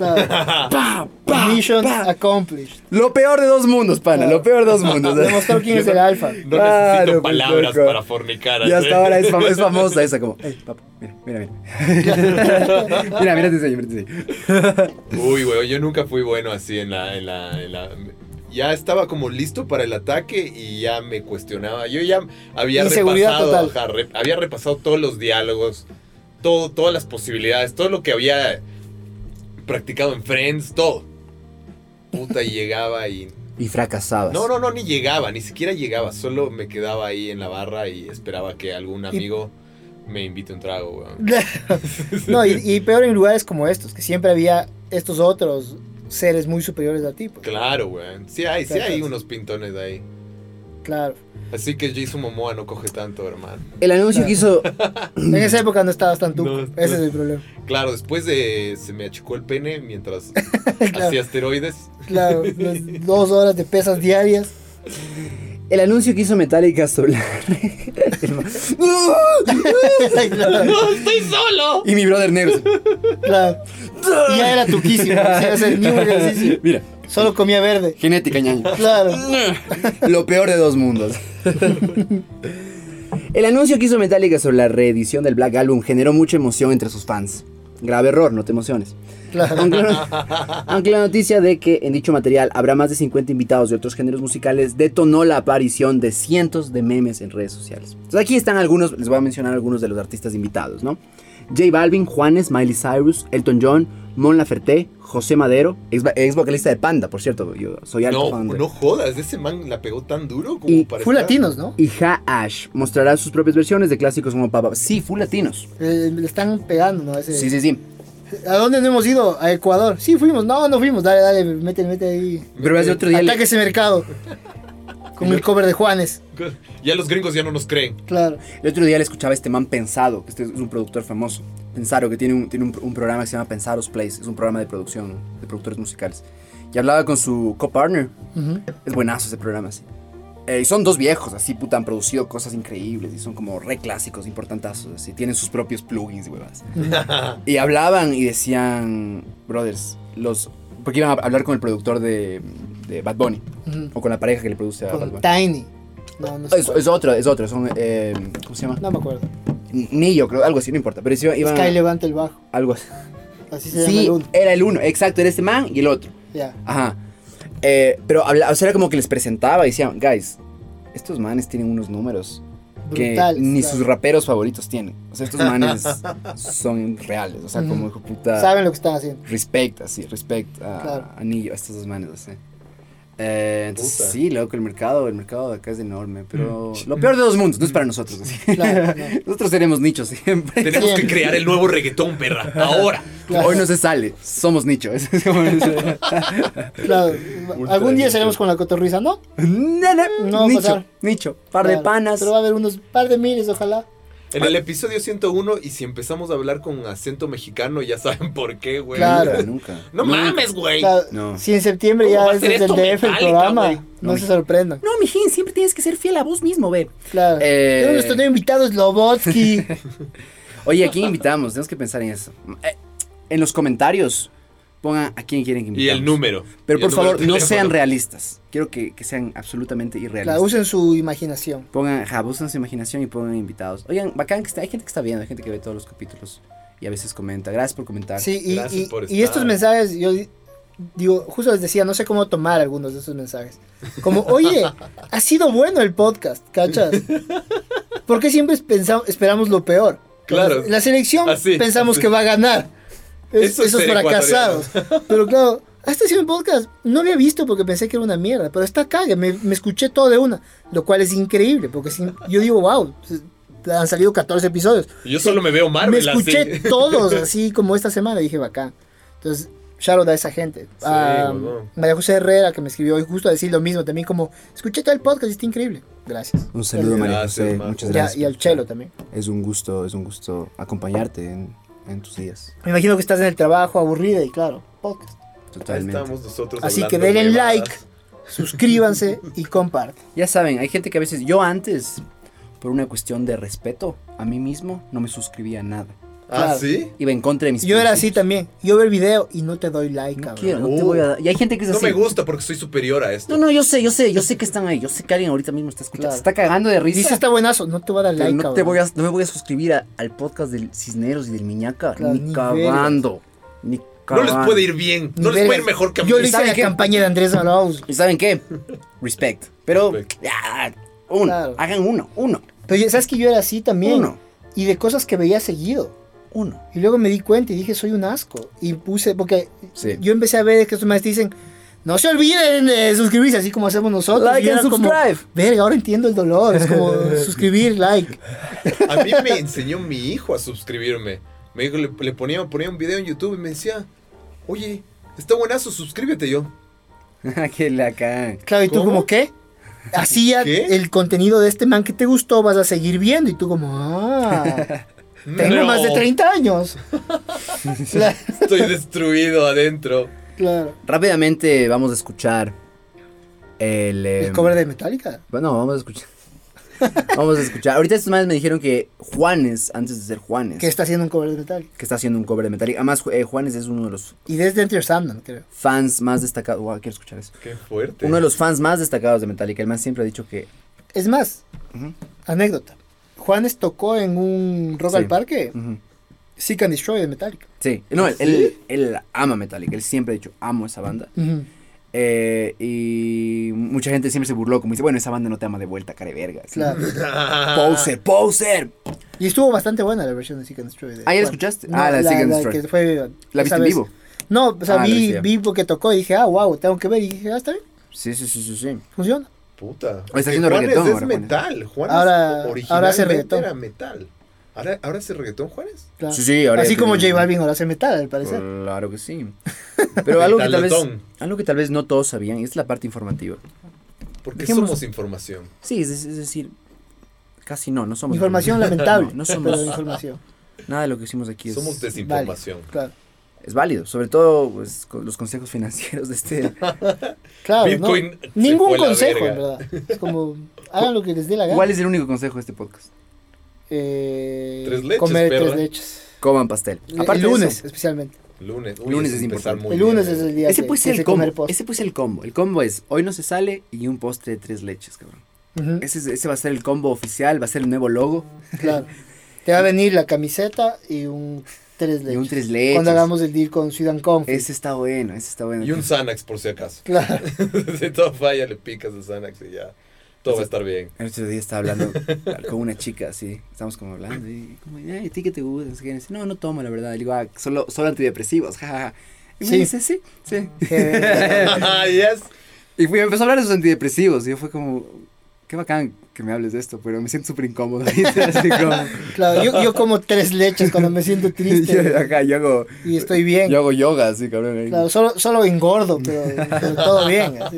Claro. Pa, pa, Mission pa. accomplished. Lo peor de dos mundos, pana, lo peor de dos mundos. ¿eh? Demostró quién es el alfa. No Claro, necesito pues, palabras loco. para fornicar. Y ¿eh? hasta ahora es, fam- es famosa esa, como, ¡Ey, papá! Mira, mira, mira. mira, mira, te enseño, mira, te enseño. Uy, güey, yo nunca fui bueno así en la, en la, en la- Ya estaba como listo para el ataque y ya me cuestionaba. Yo ya había Inseguridad repasado, total. ajá, re- había repasado todos los diálogos, todo, todas las posibilidades, todo lo que había practicado en Friends, todo. Puta, y llegaba y... Y fracasabas. No, no, no, ni llegaba, ni siquiera llegaba, solo me quedaba ahí en la barra y esperaba que algún amigo me invite un trago, weón. No, y, y peor en lugares como estos, que siempre había estos otros seres muy superiores a ti. pues. Claro, weón. Sí hay, sí hay Exacto. unos pintones ahí. Claro. Así que Jason Momoa no coge tanto, hermano. El anuncio que hizo En esa época no estabas tan tú. No, Ese no. es el problema. Claro, después de se me achicó el pene mientras hacía esteroides. Claro, las dos horas de pesas diarias. El anuncio que hizo Metallica sobre la- el ma- claro, ¡Estoy solo! y mi brother negro. claro. Y ya era tuquísimo. o sea, es el mismo ejercicio. Mira, Solo comía verde. genética ñaño. Claro. Lo peor de dos mundos. El anuncio que hizo Metallica sobre la reedición del Black Album generó mucha emoción entre sus fans. Grave error, no te emociones. Claro. Aunque la, aunque la noticia de que en dicho material habrá más de 50 invitados de otros géneros musicales detonó la aparición de cientos de memes en redes sociales. Entonces aquí están algunos, les voy a mencionar algunos de los artistas invitados, ¿no? J Balvin, Juanes, Miley Cyrus, Elton John, Mon Laferte, José Madero, ex, va- ex vocalista de Panda, por cierto, yo soy alto No, fan de- no jodas, ese man la pegó tan duro como Y para Full estar- latinos, ¿no? Y Ja Ash mostrará sus propias versiones de clásicos como Papa. Sí, full latinos. Eh, le están pegando, ¿no? Ese- Sí, sí, sí. ¿A dónde no hemos ido? A Ecuador. Sí, fuimos. No, no fuimos. Dale, dale, métele, métele ahí. Pero hace otro día. le- Ataque ese mercado. Como el cover de Juanes. Ya los gringos ya no nos creen. Claro. El otro día le escuchaba a este man Pensado, que este es un productor famoso. Pensado, que tiene, un, tiene un, un programa que se llama Pensados Plays. Es un programa de producción, de productores musicales. Y hablaba con su co-partner. Ujú. Es buenazo ese programa, sí. Eh, y son dos viejos, así, puta, han producido cosas increíbles. Y son como re clásicos, importantazos. Así, tienen sus propios plugins, huevas. Y hablaban y decían, brothers, los... Porque iban a hablar con el productor de, de Bad Bunny. Ujú. O con la pareja que le produce a Bad Con Bunny. Tiny. No, no sé. Es, es otra, es otra. Son, eh, ¿Cómo se llama? No me acuerdo. Nillo, creo, algo así, no importa. Pero sí iban Sky levanta el bajo. algo así. Así se llama Sí, el uno. era el uno, exacto, era este man y el otro. Ya. Ajá. Eh, pero habla, o sea, era como que les presentaba y decían, guys, estos manes tienen unos números que Brutales, ni claro. sus raperos favoritos tienen. O sea, estos manes son reales. O sea, como Ujú. hijo puta. Saben lo que están haciendo. Respect, así, respect a, Claro. a Nillo, a estos dos manes, así. Eh, entonces, Puta. sí, loco, el mercado, el mercado de acá es enorme, pero Mm. lo peor de dos mundos, no es para nosotros. así. Claro, claro. Nosotros seremos nichos siempre. Tenemos que Siempre. crear el nuevo reggaetón, perra. Ahora. Claro. Hoy no se sale, somos nicho. Es como- Claro. Algún día seremos con la cotorriza, ¿no? No, no, No va a nicho, pasar. nicho, par de Claro. panas. Pero va a haber unos par de miles, ojalá. En el episodio 101, y si empezamos a hablar con acento mexicano, ya saben por qué, güey. Claro. Nunca, nunca. No mames, güey. Claro, No. Si en septiembre ¿Cómo va ya a es ser desde el esto DF el metálica, programa, güey? no No, se sorprendan. No, mijín, siempre tienes que ser fiel a vos mismo, ve. Claro. Eh. Tenemos nuestro nuevo invitado es Lobotsky. Oye, ¿a quién invitamos? Tenemos que pensar en eso. Eh, En los comentarios pongan a quién quieren que Y invitamos. el número. Pero Y el por número favor, de no teléfono. sean realistas. Quiero que, que sean absolutamente irrealistas. claro, usen su imaginación. Pongan, ja, usen su imaginación y pongan invitados. Oigan, bacán que está, hay gente que está viendo, hay gente que ve todos los capítulos y a veces comenta. Gracias por comentar. Sí, y, Gracias y- por y estos estar. mensajes, yo di- digo, justo les decía, no sé cómo tomar algunos de estos mensajes. Como, oye, ha sido bueno el podcast, ¿cachas? ¿Por qué siempre pensa- esperamos lo peor? Claro. La selección Así, pensamos así. que va a ganar. Es- Eso es esos ser fracasados. Pero claro, hasta haciendo el podcast, no había visto porque pensé que era una mierda, pero está acá, ya me, me escuché todo de una, lo cual es increíble, porque sin- yo digo, wow, han salido 14 episodios. Yo solo me veo Me Marvel escuché así. todos así como esta semana, dije bacán. Entonces, shout out a esa gente. Sí, a huevón. María José Herrera, que me escribió hoy justo a decir lo mismo, también como, escuché todo el podcast, está increíble. Gracias. Un saludo, María Gracias, José. Marco. Muchas Ya, gracias. y al Chelo también. Es un gusto, es un gusto acompañarte en, en tus días. Me imagino que estás en el trabajo aburrida y claro, podcast. Ahí Totalmente. estamos nosotros. Así que Pues hablando denle huevadas. like, suscríbanse y compartan. Ya saben, hay gente que a veces, yo antes, por una cuestión de respeto a mí mismo, no me suscribía a nada. Ah, Claro. sí. Iba en contra de mis Yo era así principios. también. Yo veo el video y no te doy like, No cabrón. quiero, no te No. voy a dar. Y hay gente que es No así. me gusta porque soy superior a No, esto. no, yo sé, yo sé, yo sé que están ahí. Yo sé que alguien ahorita mismo está escuchando. Claro. se Está cagando de risa. Dice está buenazo, no te voy a dar pero like, no, cabrón. te voy a, no me voy a suscribir a- al podcast del Cisneros y del Miñaca. Claro, ni, ni cagando. Ni No les cagando. puede ir bien. No les Niveles. puede ir mejor que a mí. Yo le hice ¿Saben la qué? campaña de Andrés Arauz. ¿Y saben qué? Respect. Pero, Respect. ah, uno. Claro. Hagan uno, uno, Pero ya- sabes que yo era así también. Uno. Y de cosas que veía seguido. uno. Y luego me di cuenta y dije, soy un asco. Y puse, porque Sí. yo empecé a ver que estos maestros dicen, no se olviden de suscribirse, así como hacemos nosotros. Like Y and era como, subscribe. Verga, ahora entiendo el dolor. Es como suscribir, like. A mí me enseñó mi hijo a suscribirme. Me dijo, le, le ponía, ponía un video en YouTube y me decía, oye, está buenazo, suscríbete Y yo. que la cagan. Claro, y tú ¿Cómo? como, ¿qué? Hacía ¿Qué? el contenido de este man que te gustó, vas a seguir viendo. Y tú como, ah, tengo "No, más de 30 años. Claro, Estoy destruido adentro. claro. Rápidamente vamos a escuchar el. El em, cover de Metallica. Bueno, vamos a escuchar. vamos a escuchar. Ahorita estos madres me dijeron que Juanes, antes de ser Juanes, Que está haciendo un cover de Metallica. que está haciendo un cover de Metallica. Además, Ju- eh, Juanes es uno de los Y desde Enter Sandman, creo. fans más destacados. Wow, quiero escuchar eso. Qué fuerte. Uno de los fans más destacados de Metallica. El man siempre ha dicho que. Es más, Ujú. anécdota. Juanes tocó en un Rock Sí. al Parque Ujú. Seek and Destroy de Metallica. Sí, no, él, él- él ama Metallica. Él siempre ha dicho, amo esa banda. Eh, y mucha gente siempre se burló, como dice, bueno, esa banda no te ama de vuelta, care verga. así. Claro. Poser, poser. Y estuvo bastante buena la versión de Seek and Destroy. Ah, ¿ya de la Juanes. escuchaste? No, Ah, la de Seek and Destroy. que fue, ¿La viste esa en vez. vivo? No, o sea, Ah, la vi, viste. vi porque tocó y dije, ah, wow, tengo que ver. Y dije, ah, está bien, Sí, sí, sí, sí, sí. funciona. Puta. O está haciendo Juanes reggaetón es ahora, Juanes. metal. Juanes Ahora- originalmente ahora hace reggaetón. era metal. Ahora, ahora hace reggaetón, Juanes. Claro. Sí, sí, ahora Así ya como tiene- J Balvin ahora hace metal, al parecer. Claro que sí. Pero algo que, tal vez, Metalotón. algo que tal vez no todos sabían, y esta es la parte informativa. Porque Dejemos- somos información. Sí, es, es decir, casi no, no somos. Información lamentable. No, no pero somos. información. Nada de lo que hicimos aquí es, Somos desinformación. Claro, es válido. Sobre todo pues, con los consejos financieros de este. claro Bitcoin no. se fue Ningún a la consejo, en verga. verdad. Es como, hagan lo que les dé la gana. ¿Cuál es el único consejo de este podcast? Eh, Tres leches, comer perra. tres leches. Coman pastel. Aparte el de lunes, eso, especialmente. Lunes. Lunes ese es empezar importante. muy el lunes bien, es eh. el día ese que- puede que ser el se come combo. post. Ese puede ser el combo. El combo es hoy no se sale y un postre de tres leches, cabrón. Ujú, Ese, es- ese va a ser el combo oficial, va a ser el nuevo logo claro. Te va a venir la camiseta y un tres leches. y un tres leches. Cuando hagamos el deal con Sudan Conf. Ese está bueno, ese está bueno. Y un Xanax, por si acaso. Claro. si todo falla, le picas el Xanax y ya. Todo va a estar bien. El otro día estaba hablando con una chica, así, estábamos como hablando, y como, ay, ¿a ti qué te gusta? No, sé qué. Y dice, no, no tomo, la verdad. Le digo, ah, solo, solo antidepresivos, jajaja. Y me Sí. dice, sí, sí. Eh, Ah, yes. Y fui, me empezó a hablar de sus antidepresivos, y yo fue como, qué bacán que me hables de esto, pero me siento súper incómodo. ahorita", así como, claro, yo, yo como tres leches cuando me siento yo, triste acá, yo hago, y estoy bien. yo hago yoga, así, cabrón. ahí. Claro, solo, solo engordo, pero, pero todo bien. así.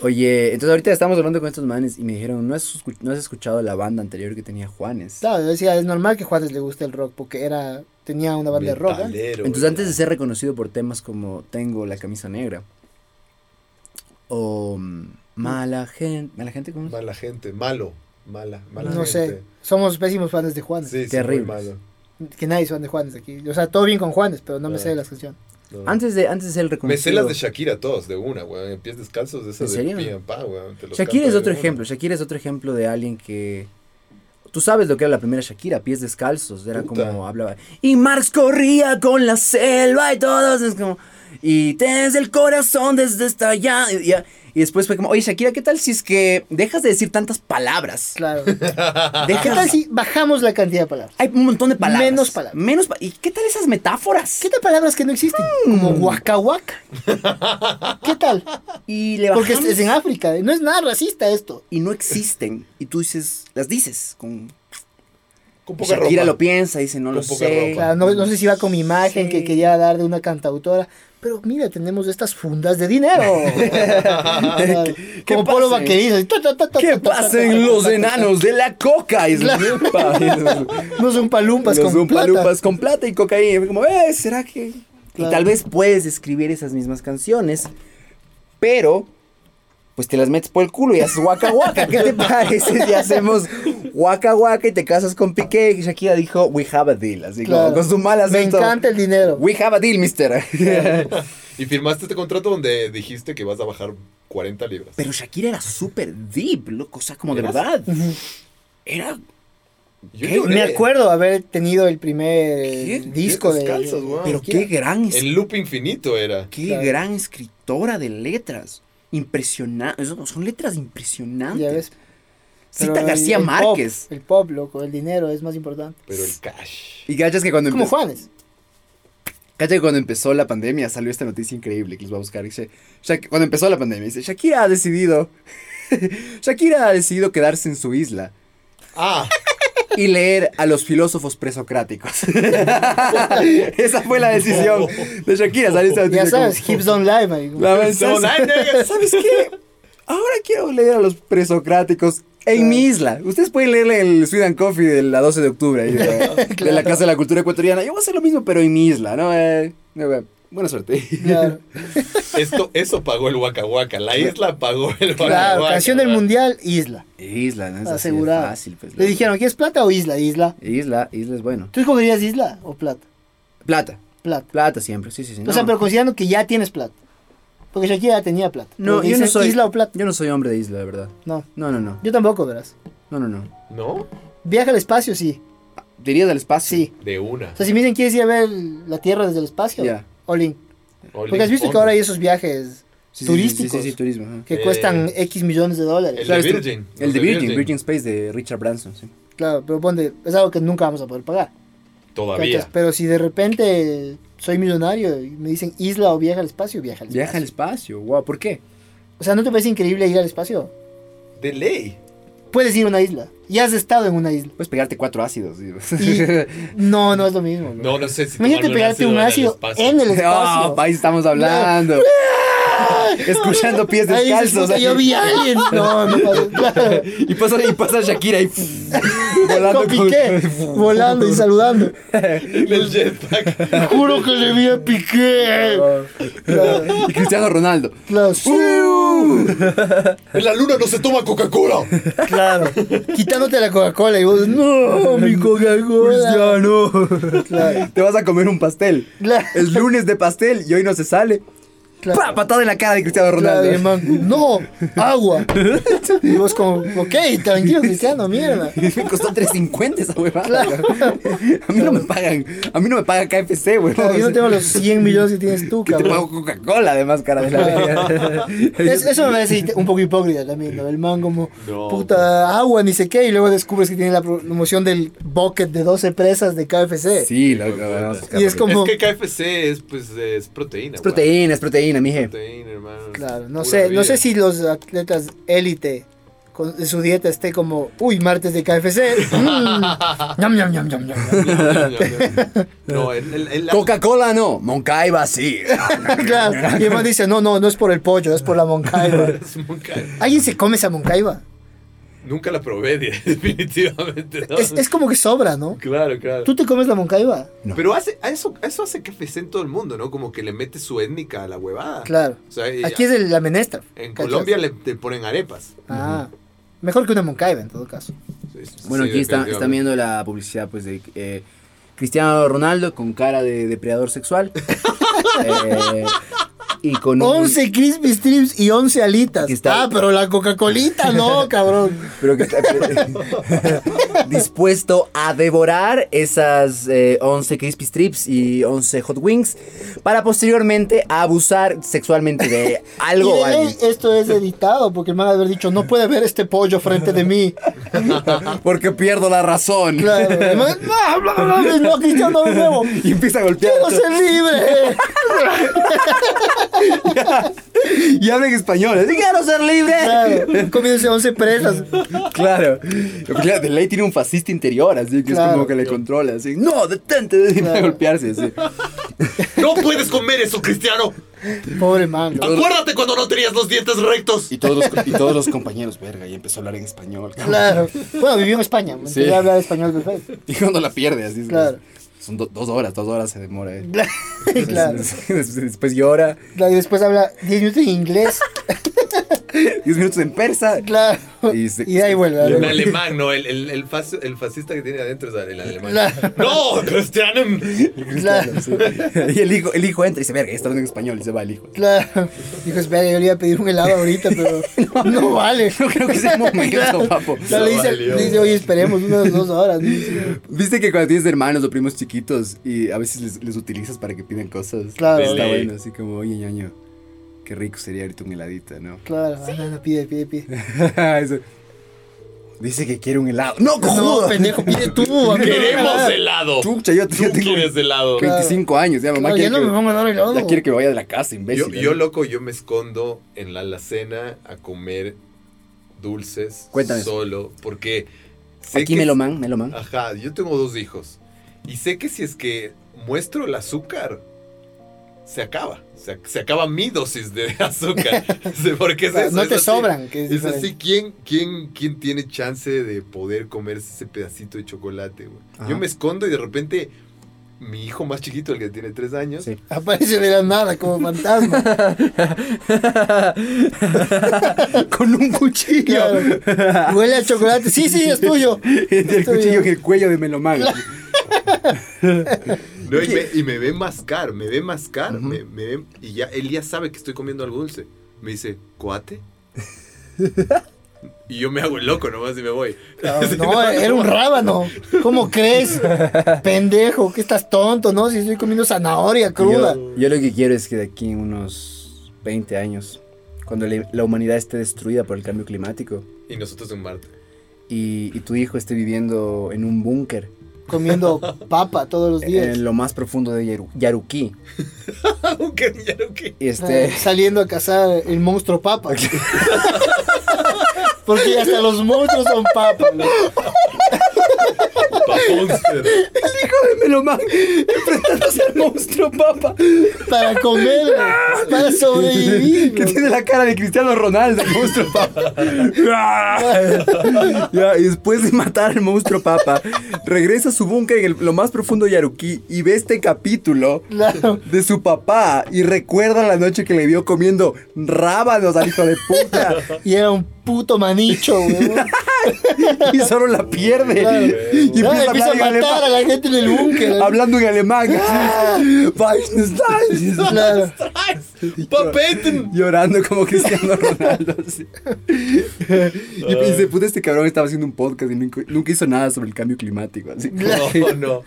Oye, entonces ahorita estamos hablando con estos manes y me dijeron, ¿no has, escu- no has escuchado la banda anterior que tenía Juanes? Claro, yo decía, es normal que Juárez le guste el rock porque era tenía una banda de rock. ¿eh? Metalero, Entonces, ya. antes de ser reconocido por temas como Tengo la camisa negra o mm, Mala gente, ¿mala gente cómo? es? Mala gente, malo. Mala, mala No sé, gente. somos pésimos fans de Juanes. Sí, sí, muy Terribles. malo. Que nadie es fan de Juanes aquí. O sea, todo bien con Juanes, pero no me Ah. sé las canciones. No. Antes de antes de ser Me sé reconocido. las de Shakira todos de una, weón. En pies descalzos, de esas ¿En de serio? pi and pa, weón. te los Shakira canto es de otro una. ejemplo, Shakira es otro ejemplo de alguien que Tú sabes lo que era la primera Shakira, pies descalzos, era Puta. como hablaba. Y Marx corría con la selva y todos es como y desde el corazón desde esta allá y, ya- y después fue como, "Oye Shakira, ¿qué tal si es que dejas de decir tantas palabras?" Claro. ¿Qué Dejas tal si bajamos la cantidad de palabras? Hay un montón de palabras. Menos palabras. Menos pa- ¿Y qué tal esas metáforas? ¿Qué tal palabras que no existen? Como Mm. Waka Waka. ¿Qué tal? Y le Porque es, bajamos es en África. No es nada racista esto. y no existen. Y tú dices, las dices. Con... Con poca Shakira ropa. lo piensa, dice, no Con lo poca sé. ropa. Claro, no, no sé si va con mi imagen Sí. que quería dar de una cantautora. Pero mira, tenemos estas fundas de dinero. ¿Qué- qué Como Polo pasen? Vaquerizo. y ta, ta, ta, ta, ta, ¿Qué ta, ta, ta, pasen ta, los ta, ta, ta. enanos de la coca? Y es- Claro. pa, y los- No son palumpas los con plata. Zumpalupas con plata y cocaína. Y fue como, eh, ¿será que...? Claro. Y tal vez puedes escribir esas mismas canciones, pero... Pues te las metes por el culo y haces guaca guaca. ¿Qué te parece si hacemos guaca guaca y te casas con Piqué? Y Shakira dijo, we have a deal. Así como Claro. con su mala Me encanta el dinero. We have a deal, mister. Y firmaste este contrato donde dijiste que vas a bajar 40 libras. Pero Shakira era súper deep, loco. O sea, como de ¿Eras? verdad. Era. Yo ¿Qué? lloré. Me acuerdo haber tenido el primer ¿Qué? disco Pies de. descalzos, weón. Pero qué gran, es- El loop infinito era. qué Claro. gran escritora de letras. Impresionante. Son letras Ya impresionantes. ves. Cita Pero el- García el pop, Márquez. el pop, loco, el dinero es más importante. Pero el cash. Y cachas que cuando Como empezó. Juanes. Cacha que cuando empezó la pandemia salió esta noticia increíble que les voy a buscar. Dice, Shak- cuando empezó la pandemia, dice, Shakira ha decidido. Shakira ha decidido quedarse en su isla Ah, y leer a los filósofos presocráticos. Esa fue la decisión de Shakira. Salió esta noticia Ya como- sabes, Hips Don't Lie, marico. La verdad, Son ¿sabes, años. ¿sabes qué? Ahora quiero leer a los presocráticos en Claro. mi isla. Ustedes pueden leerle el Sweden Coffee de la 12 de octubre ahí de, de la Casa de la Cultura Ecuatoriana. Yo voy a hacer lo mismo, pero en mi isla, ¿no? Eh, eh, buena suerte. Claro, esto, eso pagó el Waka Waka. La isla pagó el Waka claro, Waka, canción del weón. mundial, Isla. Isla, ¿no? Es así de Asegurada. fácil, pues, Le loco. dijeron, ¿quieres plata o Isla? Isla. Isla, isla es bueno. ¿Tú escogerías Isla o plata? Plata. Plata. Plata siempre, sí, sí, sí. O sea, pero considerando que ya tienes plata. Porque Shakira ya tenía plata. no, Porque yo no dicen, soy. Isla o plata. Yo no soy hombre de isla, de verdad. No, No, no, no. yo tampoco, verás. No, no, no. ¿No? Viaja al espacio, sí. Dirías al espacio. Sí. De una. O sea, si me dicen, ¿quieres ir a ver el- la Tierra desde el espacio? Ya. Olin. All Porque has in visto que fondo. ahora hay esos viajes Sí, sí, sí, turísticos Sí, sí, sí, turismo. ajá. que Eh, cuestan X millones de dólares. El Claro, de esto- Virgin. los El de Virgin, Virgin, Virgin. Space de Richard Branson, sí. Claro, pero ponte, es algo que nunca vamos a poder pagar. Todavía. ¿cachas? Pero si de repente soy millonario y me dicen isla o viaja al espacio, viaja al espacio. Viaja al espacio, wow, ¿por qué? O sea, ¿no te parece increíble ir al espacio? De ley. Puedes ir a una isla. Ya has estado en una isla. Puedes pegarte cuatro ácidos. digo. Y no, no es lo mismo. bro. No, no sé si. Imagínate tomarle pegarte un ácido en el espacio. en el espacio. Ah, país estamos Oh, hablando. Escuchando pies Ahí dices, descalzos. puta, yo vi a alguien. No, no pasa. Claro. Y pasa, y pasa Shakira ahí volando Con Piqué, volando y saludando. En el jetpack. Juro que le vi a Piqué. Claro, Y Cristiano Ronaldo. claro. En la luna no se toma Coca-Cola. Claro. Quitándote la Coca-Cola y vos, no, mi Coca-Cola. Claro. Pues Te vas a comer un pastel. Claro. Es lunes de pastel y hoy no se sale. Claro. Pa, patada en la cara de Cristiano Claro, Ronaldo. y el man, no, agua. Y vos como, ok, tranquilo, Cristiano, mierda. me costó 3.50 esa huevada. A mí no me pagan. A mí no me paga KFC, huevón. Claro, yo no tengo los 100 millones que tienes tú, Que te cabrón. pago Coca-Cola, además, cara de la verga. Es- eso me parece un poco hipócrita también, ¿no? El man como, No. puta, agua, ni sé qué, y luego descubres que tiene la promoción del bucket de 12 presas de KFC. Sí, loco. vamos a buscar Y es porque- como- Es que KFC es, pues, es proteína. Es weón. proteína, es proteína, mije. Proteína, hermano. Claro, no Pura sé, vida. no sé si los atletas élite con en su dieta esté como, uy, martes de KFC. mm, ñam, ñam, ñam, ñam, ñam. No, el, el, el- Coca-Cola no, Moncaiba sí. Claro, y el man dice, no, no, no es por el pollo, es por la Moncaiba. es nunca, ¿Alguien se come esa Moncaiba? nunca la probé, de- definitivamente. ¿no? Es, es como que sobra, ¿no? Claro, claro. ¿Tú te comes la Moncaiba? No. Pero hace, a eso, a eso hace KFC en todo el mundo, ¿no? Como que le mete su étnica a la huevada. Claro. O sea, y- Aquí es el- la menestra. en ¿cachas? Colombia le, le ponen arepas. Ah, mejor que una Moncaiba en todo caso. Sí, sí, Bueno, sí, aquí está, están definitivamente. viendo la publicidad pues de eh, Cristiano Ronaldo con cara de depredador sexual. Eh, y con un- 11 crispy strips y 11 alitas. Aquí está. Ah, pero la Coca-Colita no, cabrón. pero que está dispuesto a devorar esas eh, 11 crispy strips y 11 hot wings para posteriormente abusar sexualmente de algo Y o de ley, alguien. esto es editado porque el man ha de haber dicho, no puede ver este pollo frente de mí. Porque pierdo la razón. Claro. el man, "Ah, bla, bla, bla, no, Cristiano, de nuevo. Y empieza a golpear. Quiero ser libre. Y habla en español. así, ¡Quiero ser libre! Claro. Comiéndose 11 presas. Claro. Claro, de ley tiene un fascista interior, así que es Claro. como que le controla, así. No, detente, detente a Claro. golpearse, así. No puedes comer eso, Cristiano. Pobre man. ¿no? Acuérdate cuando no tenías los dientes rectos. Y todos, los, y todos los compañeros, verga, y empezó a hablar en español. cabrón. Claro. Bueno, vivió en España. Sí. Entonces ya hablar español perfecto. Y cuando la pierde, así. es- Claro. Son do- dos horas, dos horas se demora. eh. Claro. Después, después llora, Claro, Y después habla 10 minutos en inglés. diez minutos en persa. Claro. Y Y, se- de ahí vuelve. a El ver. alemán, no, el, el, el, fas- el fascista que tiene adentro es el alemán. Claro. No, Cristiano. Claro. Sí. Y el hijo, el hijo entra y dice, verga, ya está hablando en español, y se va el hijo. Claro. Dijo, espera, yo le iba a pedir un helado ahorita, pero no, vale. No creo que sea el momento, papo. No, le dice, valió. le dice, oye, esperemos unas dos horas. ¿no? Viste que cuando tienes hermanos o primos chiquitos y a veces les, les utilizas para que pidan cosas. Pues Claro. Está Sí. bueno, así como, oye, ñaño, qué rico sería ahorita un heladito, ¿no? Claro, ah, no, no, pide, pide, pide. Eso. Dice que quiere un helado. ¡No, No, cojudo! pendejo, pide tú. a mí no me van a Queremos dar. helado. Tú Chucha, yo, yo tengo quieres helado. 25 años, ya mamá Claro, quiere, ya no que, me van a dar helado. ya quiere que vaya de la casa, Yo, imbécil. ¿eh? yo, loco, yo me escondo en la alacena a comer dulces Cuéntame. solo porque sé Aquí que- ¿Ah? Meloman, Meloman. Ajá, yo tengo dos hijos y sé que si es que muestro el azúcar se acaba, se, ac- se acaba mi dosis de azúcar. porque es Claro, eso, no es te así. sobran. Que es Es diferente. así, ¿quién, quién, ¿quién tiene chance de poder comerse ese pedacito de chocolate? güey? Ajá. Yo me escondo y de repente mi hijo más chiquito, el que tiene tres años, Sí. Aparece de la nada como fantasma. Con un cuchillo. Claro. Huele a chocolate. Sí, sí, es tuyo. el Estoy cuchillo bien. en el cuello de Meloman. no, y, me, y me ve mascar, me ve mascar, Ujú. me, me ve- y ya él ya sabe que estoy comiendo algo dulce. Me dice, ¿cuate? y yo me hago el loco nomás y me voy. Claro, Ah, No, eh, era un rábano. ¿Cómo crees? Pendejo, que estás tonto, ¿no? Si estoy comiendo zanahoria cruda. Yo, yo lo que quiero es que de aquí en unos 20 años, cuando la, la humanidad esté destruida por el cambio climático Y nosotros en Marte. y, y tu hijo esté viviendo en un búnker Comiendo papa todos los días. en lo más profundo de Yaru- Yaruquí este, Aunque Ah, ya no que. y Eh, esté Saliendo a cazar el monstruo papa. Porque hasta los monstruos son papas. Papá Monster. El hijo de Melomán enfrentándose al monstruo, papa. Para comer, para sobrevivir. Que bro. tiene la cara de Cristiano Ronaldo, el monstruo papa. Ya, y después de matar al monstruo papa, regresa a su búnker en el- lo más profundo de Yaruquí y ve este capítulo Claro. de su papá y recuerda la noche que le vio comiendo rábanos al hijo de puta Y era un puto manicho, weón. y solo la pierde. Claro. Y empieza Ah, a empieza hablar en a matar a alemán. la gente en el búnker. Hablando en alemán. Weissenstein. Claro. ¡Papeten! Llorando como Cristiano Ronaldo. sí. Y pensé, puta, este cabrón estaba haciendo un podcast y nunca, nunca hizo nada sobre el cambio climático. Así que- No, no.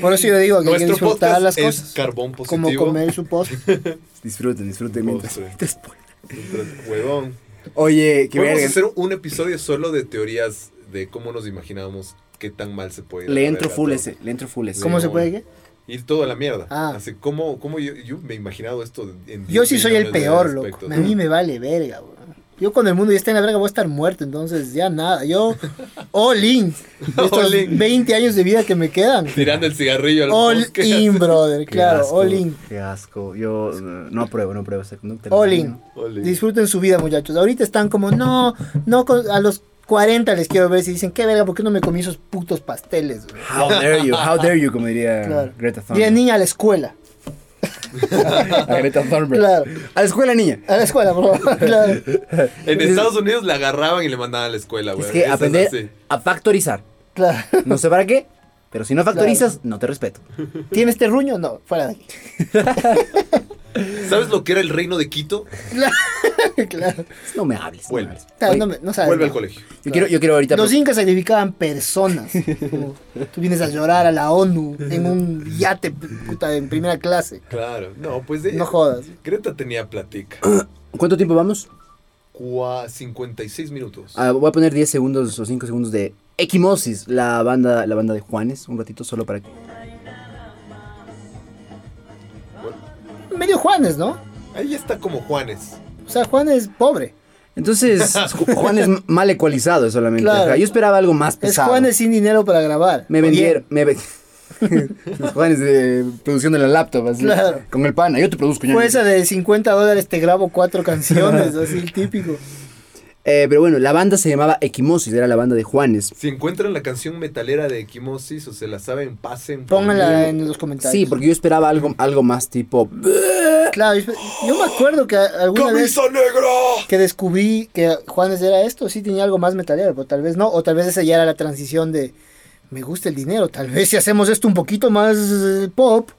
Por eso yo digo que hay que Nuestro disfrutar podcast las es cosas. carbón positivo. Como comer su post. "Pues, disfruten, disfruten. mientras- Postre. después. Entonces, Huevón. Oye, que Podemos verga. hacer un episodio solo de teorías de cómo nos imaginábamos qué tan mal se puede. ir a Le la entro verga full todo. ese, le entro full ese. ¿Cómo? ¿Cómo se puede qué? Ir todo a la mierda. Ah. Así, ¿cómo, cómo yo, yo me he imaginado esto? En Yo sí soy el millones de peor, loco. aspectos, A ¿no? mí me vale verga, weón. Yo cuando el mundo ya está en la verga voy a estar muerto, entonces ya nada. Yo, all in. Estos All in. 20 años de vida que me quedan. Tirando el cigarrillo al All bosque. in, brother. Qué Claro, asco, all in. Qué asco. Yo eh, no apruebo, no apruebo esa conducta. All in. All in. Disfruten su vida, muchachos. Ahorita están como, no, no, con- a los 40 les quiero ver si dicen, qué verga, ¿por qué no me comí esos putos pasteles? güey?" How dare you, how dare you, como diría Claro. Greta Thunberg. Y la niña a la escuela. A Greta Thunberg. Claro. A la escuela, niña. A la escuela, bro. Claro. En Estados Unidos la agarraban y le mandaban a la escuela, güey. Es que Esa aprender así. a factorizar. claro. No sé para qué, pero si no factorizas, no te respeto. ¿Tienes terruño? este No, fuera de aquí. ¿Sabes lo que era el reino de Quito? Claro. No me hables. no Vuelve. me hables. Claro, Oye, no, me- no sabes, Vuelve al no. colegio. yo, quiero, yo quiero ahorita. Los incas sacrificaban personas. Como tú vienes a llorar a la ONU en un yate puta, en primera clase. Claro. No, pues de... No jodas. Greta tenía platica. ¿Cuánto tiempo vamos? Cua- 56 minutos. Ah, voy a poner 10 segundos o 5 segundos de Equimosis, la banda, la banda de Juanes. Un ratito solo para que. Medio Juanes, ¿no? Ahí está como Juanes. O sea, Juan es pobre. Entonces, Ju- Juan es mal ecualizado solamente. Claro. ajá. Yo esperaba algo más Es pesado. Juanes sin dinero para grabar. Me vendieron. Me ven- Los Juanes de producción de la laptop, así. Claro. Con el pana. Yo te produzco, Bien. ñaño. Fue esa de 50 dólares, te grabo cuatro canciones, así el típico. Eh, pero bueno, la banda se llamaba Equimosis, era la banda de Juanes. Si encuentran la canción metalera de Equimosis o se la saben, pasen. por Pónganla mí. en los comentarios. Sí, porque yo esperaba algo, algo más tipo. Claro, yo- yo me acuerdo que a- alguna vez ¡Camisa negra! que descubrí que Juanes era esto, sí tenía algo más metalero, pero tal vez no, o tal vez esa ya era la transición de me gusta el dinero, tal vez si hacemos esto un poquito más eh, pop.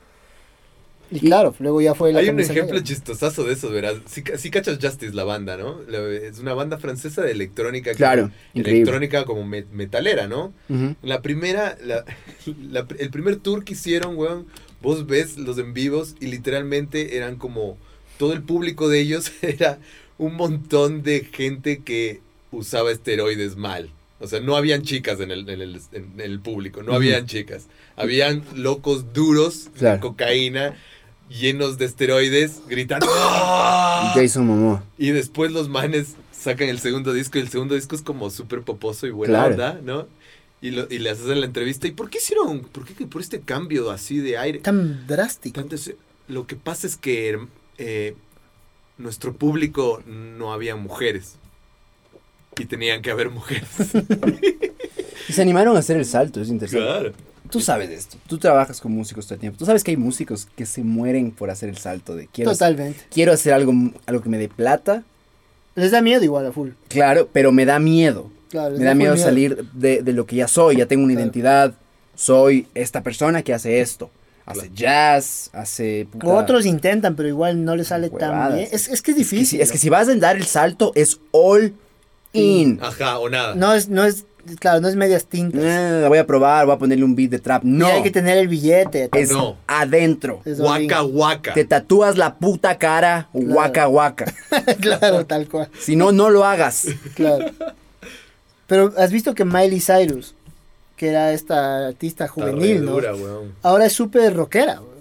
Y claro, luego ya fue la Hay un camisa ejemplo negra. chistosazo de eso, verás. Si, cachas Justice, la banda, ¿no? La- es una banda francesa de electrónica. que- Claro, increíble. Electrónica como me- metalera, ¿no? Ujú. La primera, la- la- el primer tour que hicieron, weón, vos ves los en vivos y literalmente eran como, todo el público de ellos era un montón de gente que usaba esteroides mal. O sea, no habían chicas en el, en el, en el público, no Ujú. habían chicas. Habían locos duros, de Claro. cocaína, llenos de esteroides, gritando. Jason Momoa. Y después los manes sacan el segundo disco y el segundo disco es como súper poposo y buena Claro. onda, ¿no? Y, lo- y les hacen la entrevista. ¿Y por qué hicieron? ¿Por qué que por este cambio así de aire? Tan drástico. Tanto ese- lo que pasa es que eh, nuestro público no había mujeres. Y tenían que haber mujeres. Y se animaron a hacer el salto, es interesante. claro. Tú sabes de esto. Tú trabajas con músicos todo el tiempo. Tú sabes que hay músicos que se mueren por hacer el salto de quiero, Totalmente. quiero hacer algo, algo que me dé plata. Les da miedo igual a full. Claro, pero me da miedo. Claro, les Me da full miedo salir de, de lo que ya soy. Ya tengo una Claro. identidad. Soy esta persona que hace esto. Hace Claro. jazz, hace. puta- Otros intentan, pero igual no les sale Huevadas. tan bien. Es, es que es Es que, si, difícil. es que si vas a dar el salto, es all in. Ajá, o nada. No es, no es, claro, no es medias tintas. Eh, voy a probar, voy a ponerle un beat de trap. Y No, hay que tener el billete. es No. adentro. Es Guaca, guaca. Te tatúas la puta cara, guaca guaca. claro, tal cual. Si no, no lo hagas. Claro. Pero has visto que Miley Cyrus, que era esta artista Está re juvenil, ¿no? dura, weón. Ahora es súper rockera. güey.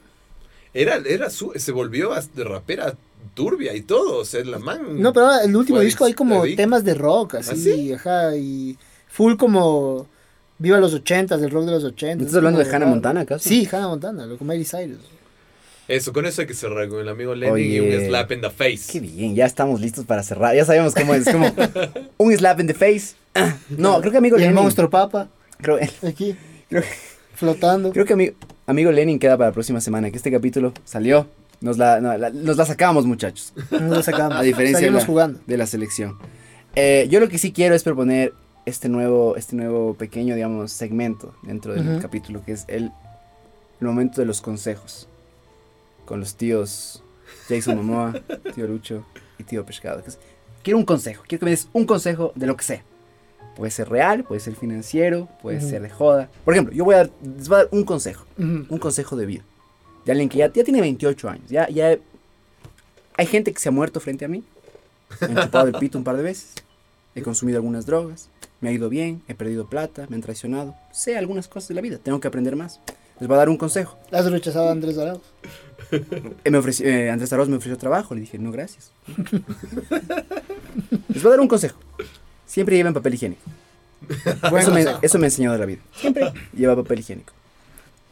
Era, era su, se volvió hasta rapera turbia y todo. O sea, la man. No, pero ahora el último Fue ¿Ah, disco hay como adicta. temas de rock, así, ¿Ah, sí? ajá, y full como Viva los ochentas, el rock de los ochentas. ¿Estás hablando de Hannah Montana acaso? Sí, Hannah Montana, lo con Miley Cyrus. Eso, con eso hay que cerrar con el amigo Lenny y Oye. un slap in the face. Qué bien, ya estamos listos para cerrar. Ya sabemos cómo es. como un slap in the face. Ah, No, creo que amigo Y el Lenin. monstruo papa, Creo, aquí, creo- flotando. creo que amigo, amigo Lenin queda para la próxima semana. Que este capítulo salió. Nos la, no, la- nos la sacamos, muchachos. No lo sacamos. A diferencia de Seguimos la- jugando. de la selección. Eh, yo lo que sí quiero es proponer este nuevo, este nuevo pequeño, digamos, segmento dentro del Ujú. capítulo, que es el, el momento de los consejos. Con los tíos Jason Momoa, tío Lucho y tío Pescado. que es- quiero un consejo, quiero que me des un consejo de lo que sea. Puede ser real, puede ser financiero, puede Ujú. ser de joda. Por ejemplo, yo voy a dar, les voy a dar un consejo Ujú. un consejo de vida. De alguien que ya, ya tiene 28 años. Ya, ya he- Hay gente que se ha muerto frente a mí. Me han chupado el pito un par de veces. He consumido algunas drogas. Me ha ido bien. He perdido plata. Me han traicionado. Sé algunas cosas de la vida. Tengo que aprender más. Les voy a dar un consejo. Has rechazado a Andrés Arauz. Eh, me ofreció- eh, Andrés Arauz me ofreció trabajo. Le dije, no, gracias. Les voy a dar un consejo. Siempre lleven papel higiénico. Buen eso, me, consejo. eso me ha enseñado la vida. Siempre lleva papel higiénico.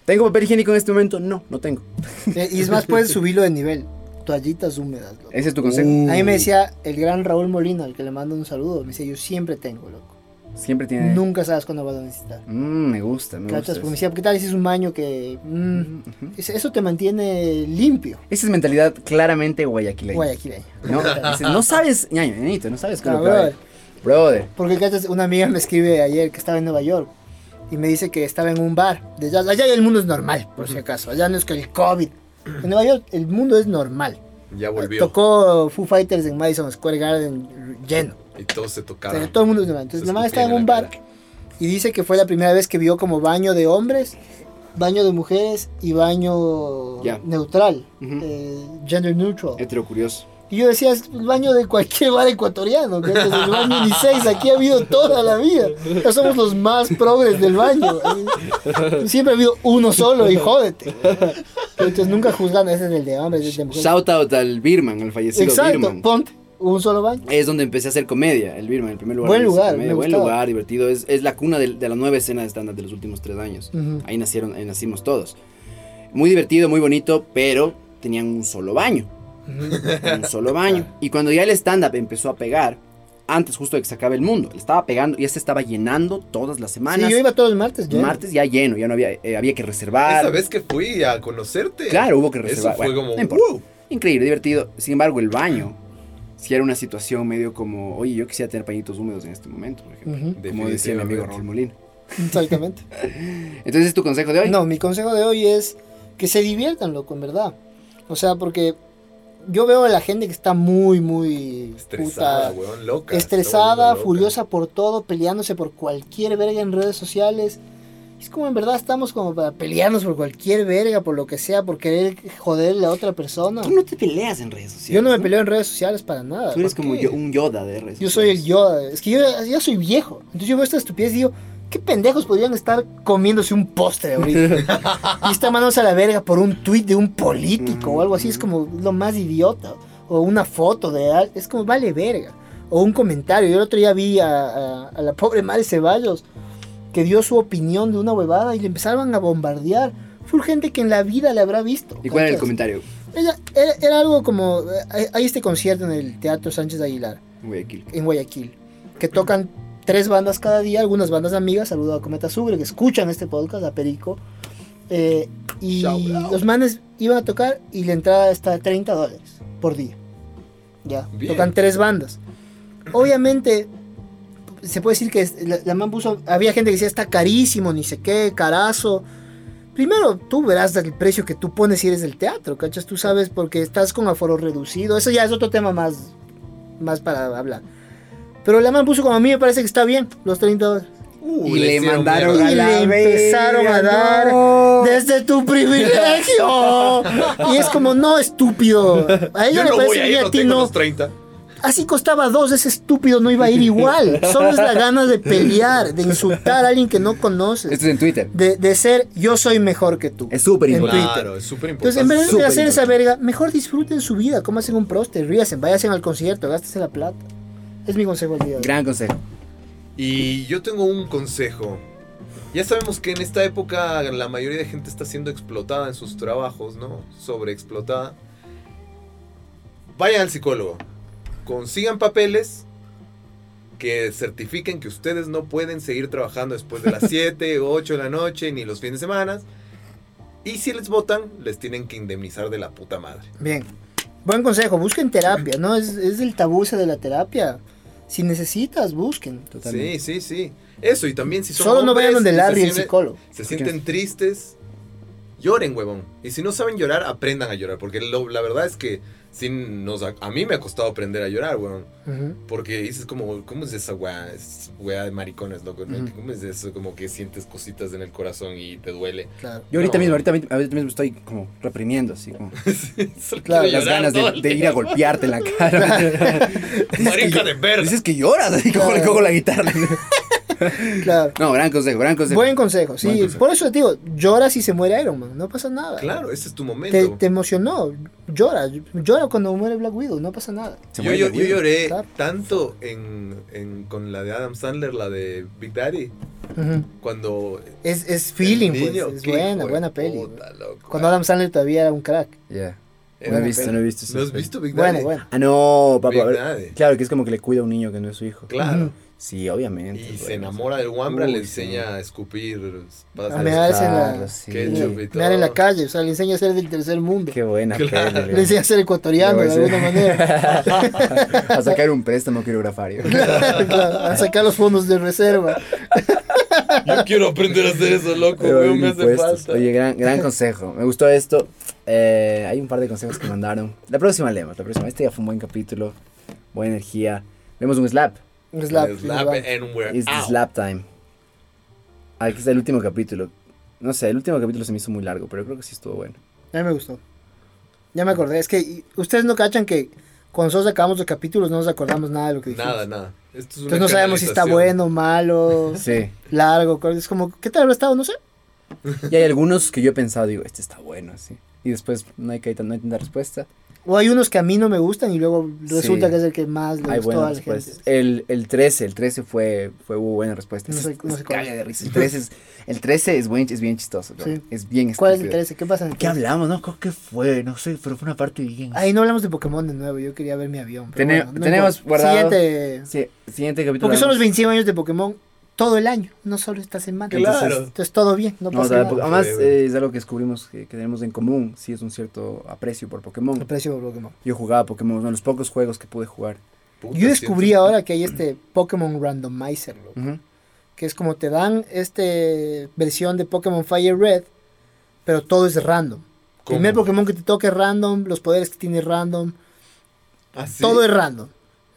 ¿Tengo papel higiénico en este momento? No, no tengo. Eh, Y es más, puedes subirlo de nivel. Toallitas húmedas, loco. Ese es tu consejo. A mí me decía el gran Raúl Molina, al que le mando un saludo, me decía, yo siempre tengo, loco. Siempre tiene. Nunca sabes cuándo vas a necesitar. Mm, Eh. me gusta, me ¿Cachas? gusta. Porque me eso. decía, ¿qué tal si es un baño que... mm, Ujú. es- eso te mantiene limpio, Esa es mentalidad claramente guayaquileña. guayaquileño. No, dices, no sabes, ñaño, ñañito, no sabes cómo. Ah, brother. brother. Porque ¿cachas? una amiga me escribe ayer que estaba en Nueva York y me dice que estaba en un bar de jazz. Allá el mundo es normal, por si acaso. Allá no es que el COVID. En Nueva York el mundo es normal. Ya volvió. Tocó Foo Fighters en Madison Square Garden lleno. Y todos se O tocaron. sea, todo el mundo es normal. Entonces, Se nomás estaba en un escupían en la bar y dice que fue la primera vez que vio como baño de hombres, baño de mujeres y baño Ya. neutral, Ujú. eh, gender neutral. Hetero curioso. Y yo decía, es el baño de cualquier bar ecuatoriano, que es el baño unisex, aquí ha habido toda la vida. Ya somos los más progres del baño. Siempre ha habido uno solo y jódete. Entonces nunca juzgan, ese es el de hombres, ese es el de mujeres. Shout out al Birman, al fallecido Exacto, Birman. ponte un solo baño. Es donde empecé a hacer comedia, el Birman, el primer lugar. Buen donde hice lugar, comedia. me Buen gustaba. lugar, divertido. Es, es la cuna del- de, la nueva escena de stand-up de los últimos tres años. Ujú. Ahí nacieron, ahí nacimos todos. Muy divertido, muy bonito, pero tenían un solo baño. un solo baño. Y cuando ya el stand-up empezó a pegar, antes justo de que se acabe el mundo, le estaba pegando, ya se estaba llenando todas las Sí, semanas. yo iba todos los martes. ya. Martes ya lleno, ya no había, eh, había que reservar. Esa vez que fui a conocerte. Claro, hubo que reservar. Eso fue Bueno, como. no importa. "Wow". Increíble, divertido. Sin embargo, el baño, si era una situación medio como, oye, yo quisiera tener pañitos húmedos en este momento, por ejemplo. Ujú, Como decía mi amigo Raúl Molina. Exactamente. Entonces, ¿es tu consejo de hoy? No, mi consejo de hoy es que se diviertan, loco, en verdad. O sea, porque yo veo a la gente que está muy, muy Estresada, puta, weón, loca. estresada, Está volviendo loca. furiosa por todo, peleándose por cualquier verga en redes sociales. Es como en verdad estamos como para pelearnos por cualquier verga, por lo que sea, por querer joderle a otra persona. Tú no te peleas en redes sociales. Yo no me peleo en redes sociales para nada. Tú eres ¿Por como qué? yo- un Yoda de redes Yo soy el sociales. Yoda. Es que yo ya soy viejo. Entonces yo veo esta estupidez y digo, ¿qué pendejos podrían estar comiéndose un postre ahorita? y están mandándose a la verga por un tuit de un político o algo así. Es como lo más idiota. O una foto de... al- Es como vale verga. O un comentario. Yo el otro día vi a, a- a la pobre Mari Ceballos que dio su opinión de una huevada y le empezaban a bombardear. Fue gente que en la vida le habrá visto. ¿Y cuál era el ¿cachas? comentario? Era, era- era algo como... eh, hay- Hay este concierto en el Teatro Sánchez de Aguilar Guayaquil. en Guayaquil, que tocan tres bandas cada día, algunas bandas amigas, saludo a Cometa Subre, que escuchan este podcast, a Perico, eh, y Shout out. los manes iban a tocar y la entrada está a 30 dólares por día. Ya, Bien. tocan tres bandas. Obviamente, se puede decir que es- la, la man puso, había gente que decía, está carísimo, ni sé qué, carazo. Primero, tú verás el precio que tú pones si eres del teatro, ¿cachas? Tú sabes porque estás con aforo reducido. Eso ya es otro tema más, más para hablar. Pero la man puso como a mí me parece que está bien, los 30 dólares. Uh, y le hicieron mandaron mierda. a Y la le empezaron a verga, dar no. Desde tu privilegio. Y es como, no, estúpido. A ella Yo le no voy parece a bien, ir, a no ti tengo no. los 30. Así costaba dos, ese estúpido no iba a ir igual. Solo es la gana de pelear, de insultar a alguien que no conoces. Esto es en Twitter. De, de ser, yo soy mejor que tú. Es súper En importante. Twitter. Claro, es súper importante. Entonces, en vez de Súper hacer esa importante. verga, mejor disfruten su vida, hacen un proste, ríasen, váyanse al concierto, gástense la plata. Es mi consejo al día. de hoy. Gran consejo. Y yo tengo un consejo. Ya sabemos que en esta época la mayoría de gente está siendo explotada en sus trabajos, ¿no? Sobreexplotada. Vayan al psicólogo. Consigan papeles que certifiquen que ustedes no pueden seguir trabajando después de las 7, 8 de la noche, ni los fines de semana. Y si les votan, les tienen que indemnizar de la puta madre. Bien. Buen consejo, busquen terapia, ¿no? Es, es el tabú ese de la terapia. Si necesitas, busquen. Totalmente. Sí, sí, sí. Eso, y también si son Solo no vayan hombres y donde Larry, se el sienten- psicólogo. se sienten tristes, lloren, huevón. Y si no saben llorar, aprendan a llorar. Porque lo- la verdad es que sí nos ha- a mí me ha costado aprender a llorar, huevón. Ujú. Porque dices como, ¿cómo es esa weá? Es weá de maricones, loco. ¿no? Ujú. ¿Cómo es eso? Como que sientes cositas en el corazón y te duele. Claro. Yo ahorita No. mismo, ahorita, mi- ahorita mismo estoy como reprimiendo, así como Solo Claro, quiero las llorar ganas todo de, el de ir a golpearte en la cara. día. Marica de verga. Dices que lloras, así como le Claro. cojo la guitarra. Claro. No, gran consejo, gran consejo. Buen consejo, sí. Buen consejo. Por eso te digo, lloras si se muere Iron Man, no pasa nada. Claro, ese es tu Te, momento. te emocionó, llora, llora cuando muere Black Widow, no pasa nada. Se Yo, muere yo- la yo güey. lloré Claro. tanto en, en- con la de Adam Sandler, la de Big Daddy, Ujú. cuando... es, es el feeling, niño- pues. Es qué hijo buena, de buena peli. puta, loco. Cuando Adam Sandler todavía era un crack. Ya. No Era he Buena visto, peli. no he visto. esa ¿No has peli. visto Big Daddy? Bueno, bueno. Ah, no, papá. Big a ver, Daddy. Claro, que es como que le cuida a un niño que no es su hijo. Claro. Ujú. Sí, obviamente. Y güey. se enamora del Wambra, Uy, le sí. enseña a escupir A pasas, mear en la- Claro, sí. ketchup y todo. Mirar en la calle, o sea, le enseña a ser del tercer mundo. Qué buena Claro. peli, Le enseña a ser ecuatoriano de Sí. alguna manera. a sacar un préstamo quirografario. Claro, a sacar los fondos de reserva. Yo quiero aprender a hacer eso, loco, Pero weón, hay me hace impuestos. falta. Oye, gran, gran consejo. Me gustó esto. Eh, hay un par de consejos que mandaron. La próxima leemos, la próxima. Este ya fue un buen capítulo. Buena energía. Vemos un slap. Un slap. slap, eh. un slap. and we're It's the out. Este slap time. Aquí está el último capítulo. No sé, el último capítulo se me hizo muy largo, pero creo que sí estuvo bueno. A mí me gustó. Ya me acordé. Es que y- ustedes no cachan que cuando nosotros sacamos los capítulos no nos acordamos nada de lo que dijimos. Nada, nada. Esto es una Entonces no sabemos si está canalización. bueno, malo, Sí. largo. corto. Es como, ¿qué tal habrá estado? No sé. Y hay algunos que yo he pensado, digo, este está bueno, así. Y después no hay, que, no hay tanta respuesta. O hay unos que a mí no me gustan y luego resulta Sí. pues, que es el que más le Hay gustó a buenas la gente. respuestas. El, el 13, el 13 fue, fue hubo buena respuesta. No Ese sé- es- no es sé cuál. caga de risa. El 13 es, el 13 es, buen- es bien chistoso. bro. Sí. Es bien ¿Cuál es el estúpido. 13? ¿Qué pasa en el este, ¿Qué 13? hablamos? No, creo que fue, no sé, pero fue una parte bien. Ahí no hablamos de Pokémon de nuevo. Yo quería ver mi avión. pero Tene- bueno, no tenemos importa. guardado- Siguiente. Sí, siguiente capítulo. Porque son los hablamos- 25 años de Pokémon todo el año, no solo esta semana. Claro. Entonces, entonces todo bien, no Vamos pasa a ver, nada. porque además Sí, güey. eh, es algo que descubrimos que, que tenemos en común. Sí, es un cierto aprecio por Pokémon. Aprecio Pokémon. Yo jugaba Pokémon, uno de los pocos juegos que pude jugar. Puta, Yo descubrí siento- ahora que hay este Pokémon Randomizer, loco, Ujú. que es como te dan este versión de Pokémon Fire Red, pero todo es random. ¿Cómo? Primer Pokémon que te toque es random, los poderes que tiene random, ¿Ah, sí? todo es random.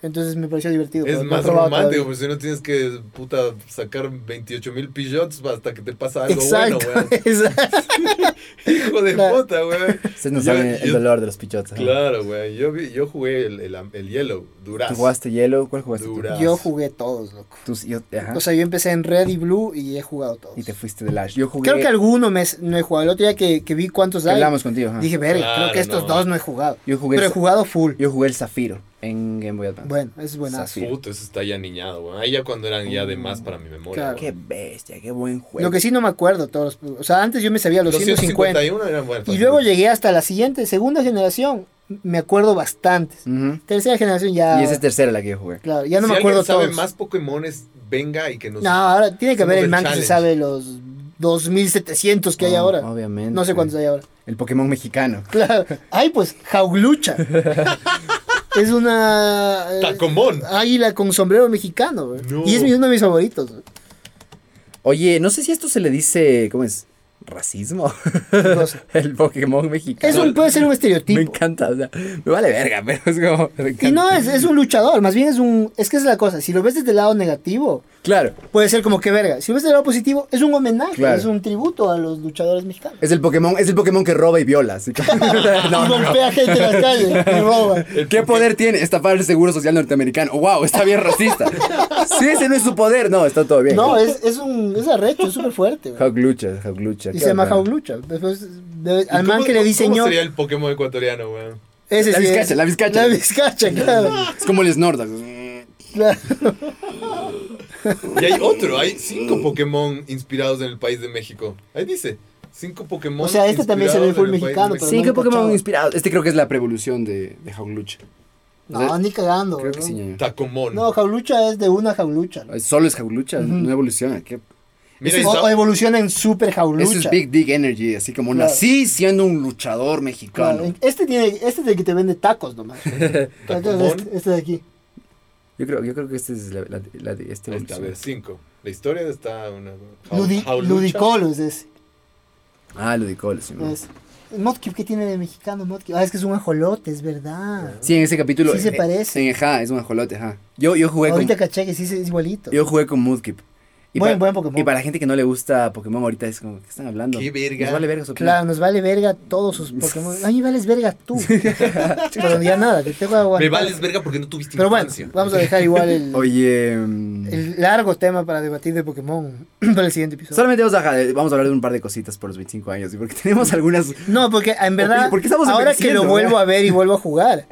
Entonces me pareció divertido. pero Es no he más probado romántico, todavía. porque si no tienes que, puta, sacar 28 mil pillots hasta que te pasa algo Exacto, bueno, weón. exacto. Hijo de Claro. puta, weón. Ustedes no Yo- saben el yo- dolor de los pichotas. ¿no? Claro, weón. Yo, vi- yo jugué el, el, el Yellow, duraz. ¿Tú jugaste hielo? ¿Cuál jugaste? tú? Duraz. Yo jugué todos, loco. Tú- yo- ajá. O sea, yo empecé en Red y Blue y he jugado todos. Ah. y te fuiste de Lash. Yo jugué. Creo que alguno me, no he jugado. El otro día que, que vi cuántos que hay, hablamos contigo. ajá. dije, verga, Claro, creo que estos no. dos no he jugado. yo jugué. pero el he za- jugado full. Yo jugué el Zafiro en Game Boy Advance. Bueno, es buenazo. Zafiro. Puta, eso está ya niñado, weón. Ahí ya cuando eran ya de más para mi memoria. Claro. weón. Qué bestia, qué buen juego. Lo que sí no me acuerdo todos. los- O sea, antes yo me sabía los, 150. 151 eran buenas. Y luego llegué hasta la siguiente, segunda generación. Me acuerdo bastantes. Ujú. Tercera generación ya. Y esa es este- tercera la que yo jugué. Claro, ya no si me acuerdo alguien sabe todos. más Pokémones, venga y que nos... No, ahora tiene que Hacemos haber el el man que se challenge. sabe los 2700 que hay Ah, ahora. Obviamente. No sé cuántos hay ahora. El Pokémon mexicano. Claro. Ay, pues, jaulucha. es una. eh, ¡Tacomón! Águila con sombrero mexicano, güey. No. Y es mi- uno de mis favoritos. güey. Oye, no sé si esto se le dice. ¿Cómo es? ¿Racismo? Entonces, el Pokémon mexicano. es un, puede ser un Me estereotipo. encanta, o sea, me vale verga, pero es como. me Y encanta. no, es, ¿eh? es un luchador, más bien es un... Es que esa es la cosa, si lo ves desde el lado negativo, Claro, puede ser como que verga. Si lo ves desde el lado positivo, es un homenaje, Claro. es un tributo a los luchadores mexicanos. es el Pokémon, es el Pokémon que roba y viola. así que- No, y no, no. golpea gente en las calles, y roba. ¿Qué poder tiene estafar el seguro social norteamericano? ¡Wow! Está bien racista. Si ese no es su poder, no, está todo bien. No, es, es un... es arrecho, es súper fuerte. güey. Hauglucha, Hauglucha. Y qué se llama bacán. Jaulucha. Después, de- ¿Y al man cómo- que le cómo diseñó... sería el Pokémon ecuatoriano, weón? Ese La sí es- vizcacha, la vizcacha. La vizcacha, claro. Es como el Snorlax. Claro. Y hay otro, hay cinco Pokémon inspirados en el país de México. Ahí dice, cinco Pokémon. O sea, este también se ve inspirados full en el país de mexicano, México. pero no Sí, lo ¿qué he Pokémon cachado. inspirado? Este creo que es la preevolución de, de Jaulucha. O sea, No, ni cagando. creo que ¿no? sí, ñaño. Tacomón. No, jaulucha es de una jaulucha. ¿no? Solo es Jaulucha, Ujú. no evoluciona. ¿qué? Mira, O- y o, sa- evoluciona en super jaulucha. Ese es Big Dick Energy, así como Claro. nací siendo un luchador Claro, mexicano. Este, tiene, este es el que te vende tacos nomás. Entonces, Tacomón. este, este de aquí. Yo creo, yo creo que este es la, la- la de este Ahí está, a evolución. ver, cinco. La historia está una. Ludi- jaulucha. Ludicolo es ese. Ah, Ludicolo, sí. ¿no? Es. Modkip, ¿qué tiene de mexicano Modkip? Ah, es que es un ajolote, es verdad. Sí, en ese capítulo. Sí se eh, parece. en- ajá, es un ajolote, ajá. Yo, yo jugué Ahorita con. caché que sí es igualito. Yo jugué con Mudkip. Buen- pa- buen Pokémon. y para la gente que no le gusta Pokémon ahorita es como, ¿qué están hablando? Qué verga. Nos vale verga su opinión. Claro, nos vale verga todos sus Pokémon. A mí vales verga tú. Pero ya nada, te tengo que aguantar. Me vales verga porque no tuviste Pero bueno, infancia. vamos a dejar igual el, Oye. mm, el largo tema para debatir de Pokémon para el siguiente episodio. Solamente vamos a, eh, vamos a hablar de un par de cositas por los 25 años. y Porque tenemos algunas. No, porque en verdad, Oye, ¿por qué estamos ahora que envejeciendo, lo vuelvo verdad? a ver y vuelvo a jugar,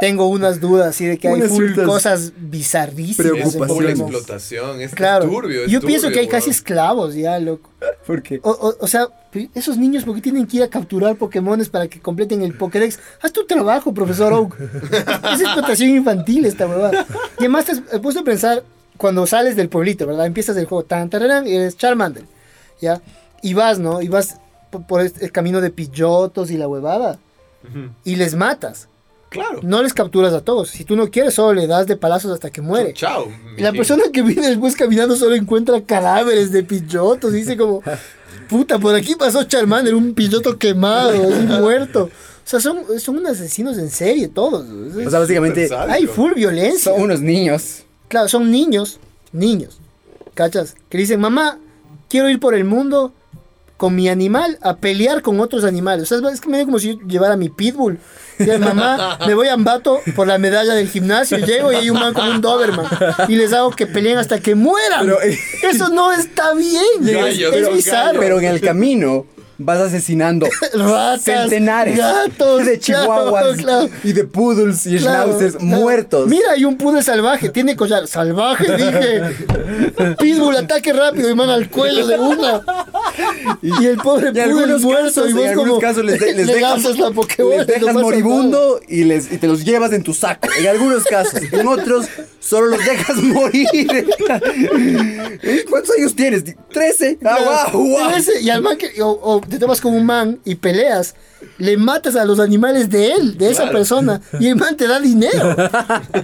tengo unas dudas así de que hay Unas full ciertas cosas bizarrísimas. en Es Ocupación. pura Pokémon. explotación, es Claro. turbio. es Yo pienso turbio, que hay casi weón. esclavos ya, loco. Porque. O, o- o sea, pe- esos niños, ¿por qué tienen que ir a capturar Pokémones para que completen el Pokédex? Haz tu trabajo, profesor Oak. es explotación infantil esta huevada. Y además te has te has puesto a pensar cuando sales del pueblito, ¿verdad? Empiezas el juego, tan, tararán, y eres Charmander, ¿ya? Y vas, ¿no? Y vas po- por este- el camino de pillotos y la huevada. Ujú. Y les matas. Claro. No les capturas a todos. Si tú no quieres, solo le das de palazos hasta que Pues, muere. Chao. Y La mijín. persona que viene después caminando solo encuentra cadáveres de pillotos. Dice como, puta, por aquí pasó Charmander, un pilloto quemado, así muerto. O sea, son, son unos asesinos en serie todos. O sea, básicamente. Súper Hay full violencia. Son unos niños. Claro, son niños, niños, ¿cachas? Que dicen, mamá, quiero ir por el mundo con mi animal a pelear con otros animales. O sea, es que me da como si yo llevara mi pitbull. Dice, mamá, me voy a Ambato por la medalla del gimnasio, llego y hay un man con un Doberman. Y les hago que peleen hasta que mueran. Pero- eh, Eso no está bien. Gallos, es es pero bizarro. Pero en el camino vas asesinando Ratas, centenares gatos, de claro, chihuahuas claro. y de poodles y Claro, schnauzers claro. muertos. Mira, hay un pude salvaje, tiene collar. Salvaje, dije. Pitbull, ataque rápido y man al cuello de una. Y, el pobre Y en pude algunos muerto. casos, y en vos algunos como casos les, de- les le dejas, lanzas la les Pokébola y no dejas pasa nada. moribundo y, les, y te los llevas en tu saco. En algunos casos. En otros, solo los dejas morir. ¿Eh? ¿Cuántos años tienes? ¿13? Ah, wow, wow. Ese- y al man que, o, o te tomas con un man y peleas, le matas a los animales de él, de esa Claro. persona, y el man te da dinero.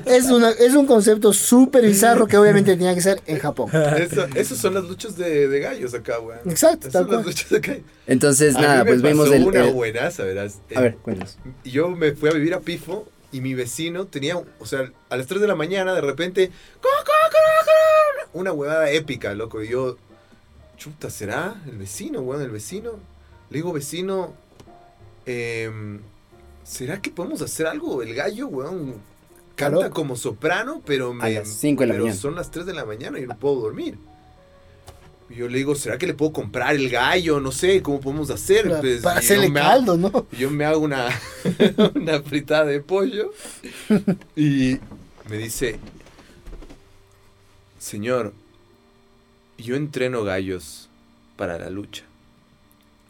es, una, es un concepto súper bizarro que obviamente tenía que ser en Japón. Eso- esos son las luchas de, de gallos acá, weón. Exacto, Esas tal son las cual. luchas de gallos. Entonces, A mí nada, me pues vemos pasó el. una el- buenaza, verás. a ver, Eh, cuéntanos. Yo me fui a vivir a Pifo y mi vecino tenía, un- o sea, a las 3 de la mañana de repente, "Cu, cu, cu, cu", una huevada épica, loco. Y yo, chuta, ¿será el vecino, weón? El vecino. Le digo, vecino, em, ¿será que podemos hacer algo? El gallo, weón, canta Claro. como soprano, pero me... A las 5 de la pero mañana. son las 3 de la mañana y no puedo dormir. Y yo le digo, ¿será que le puedo comprar el gallo? No sé, ¿cómo podemos hacer? Pues, Para y yo hacerle me hago- caldo, ¿no? yo me hago una, una fritada de pollo y me dice, señor, yo entreno gallos para la lucha.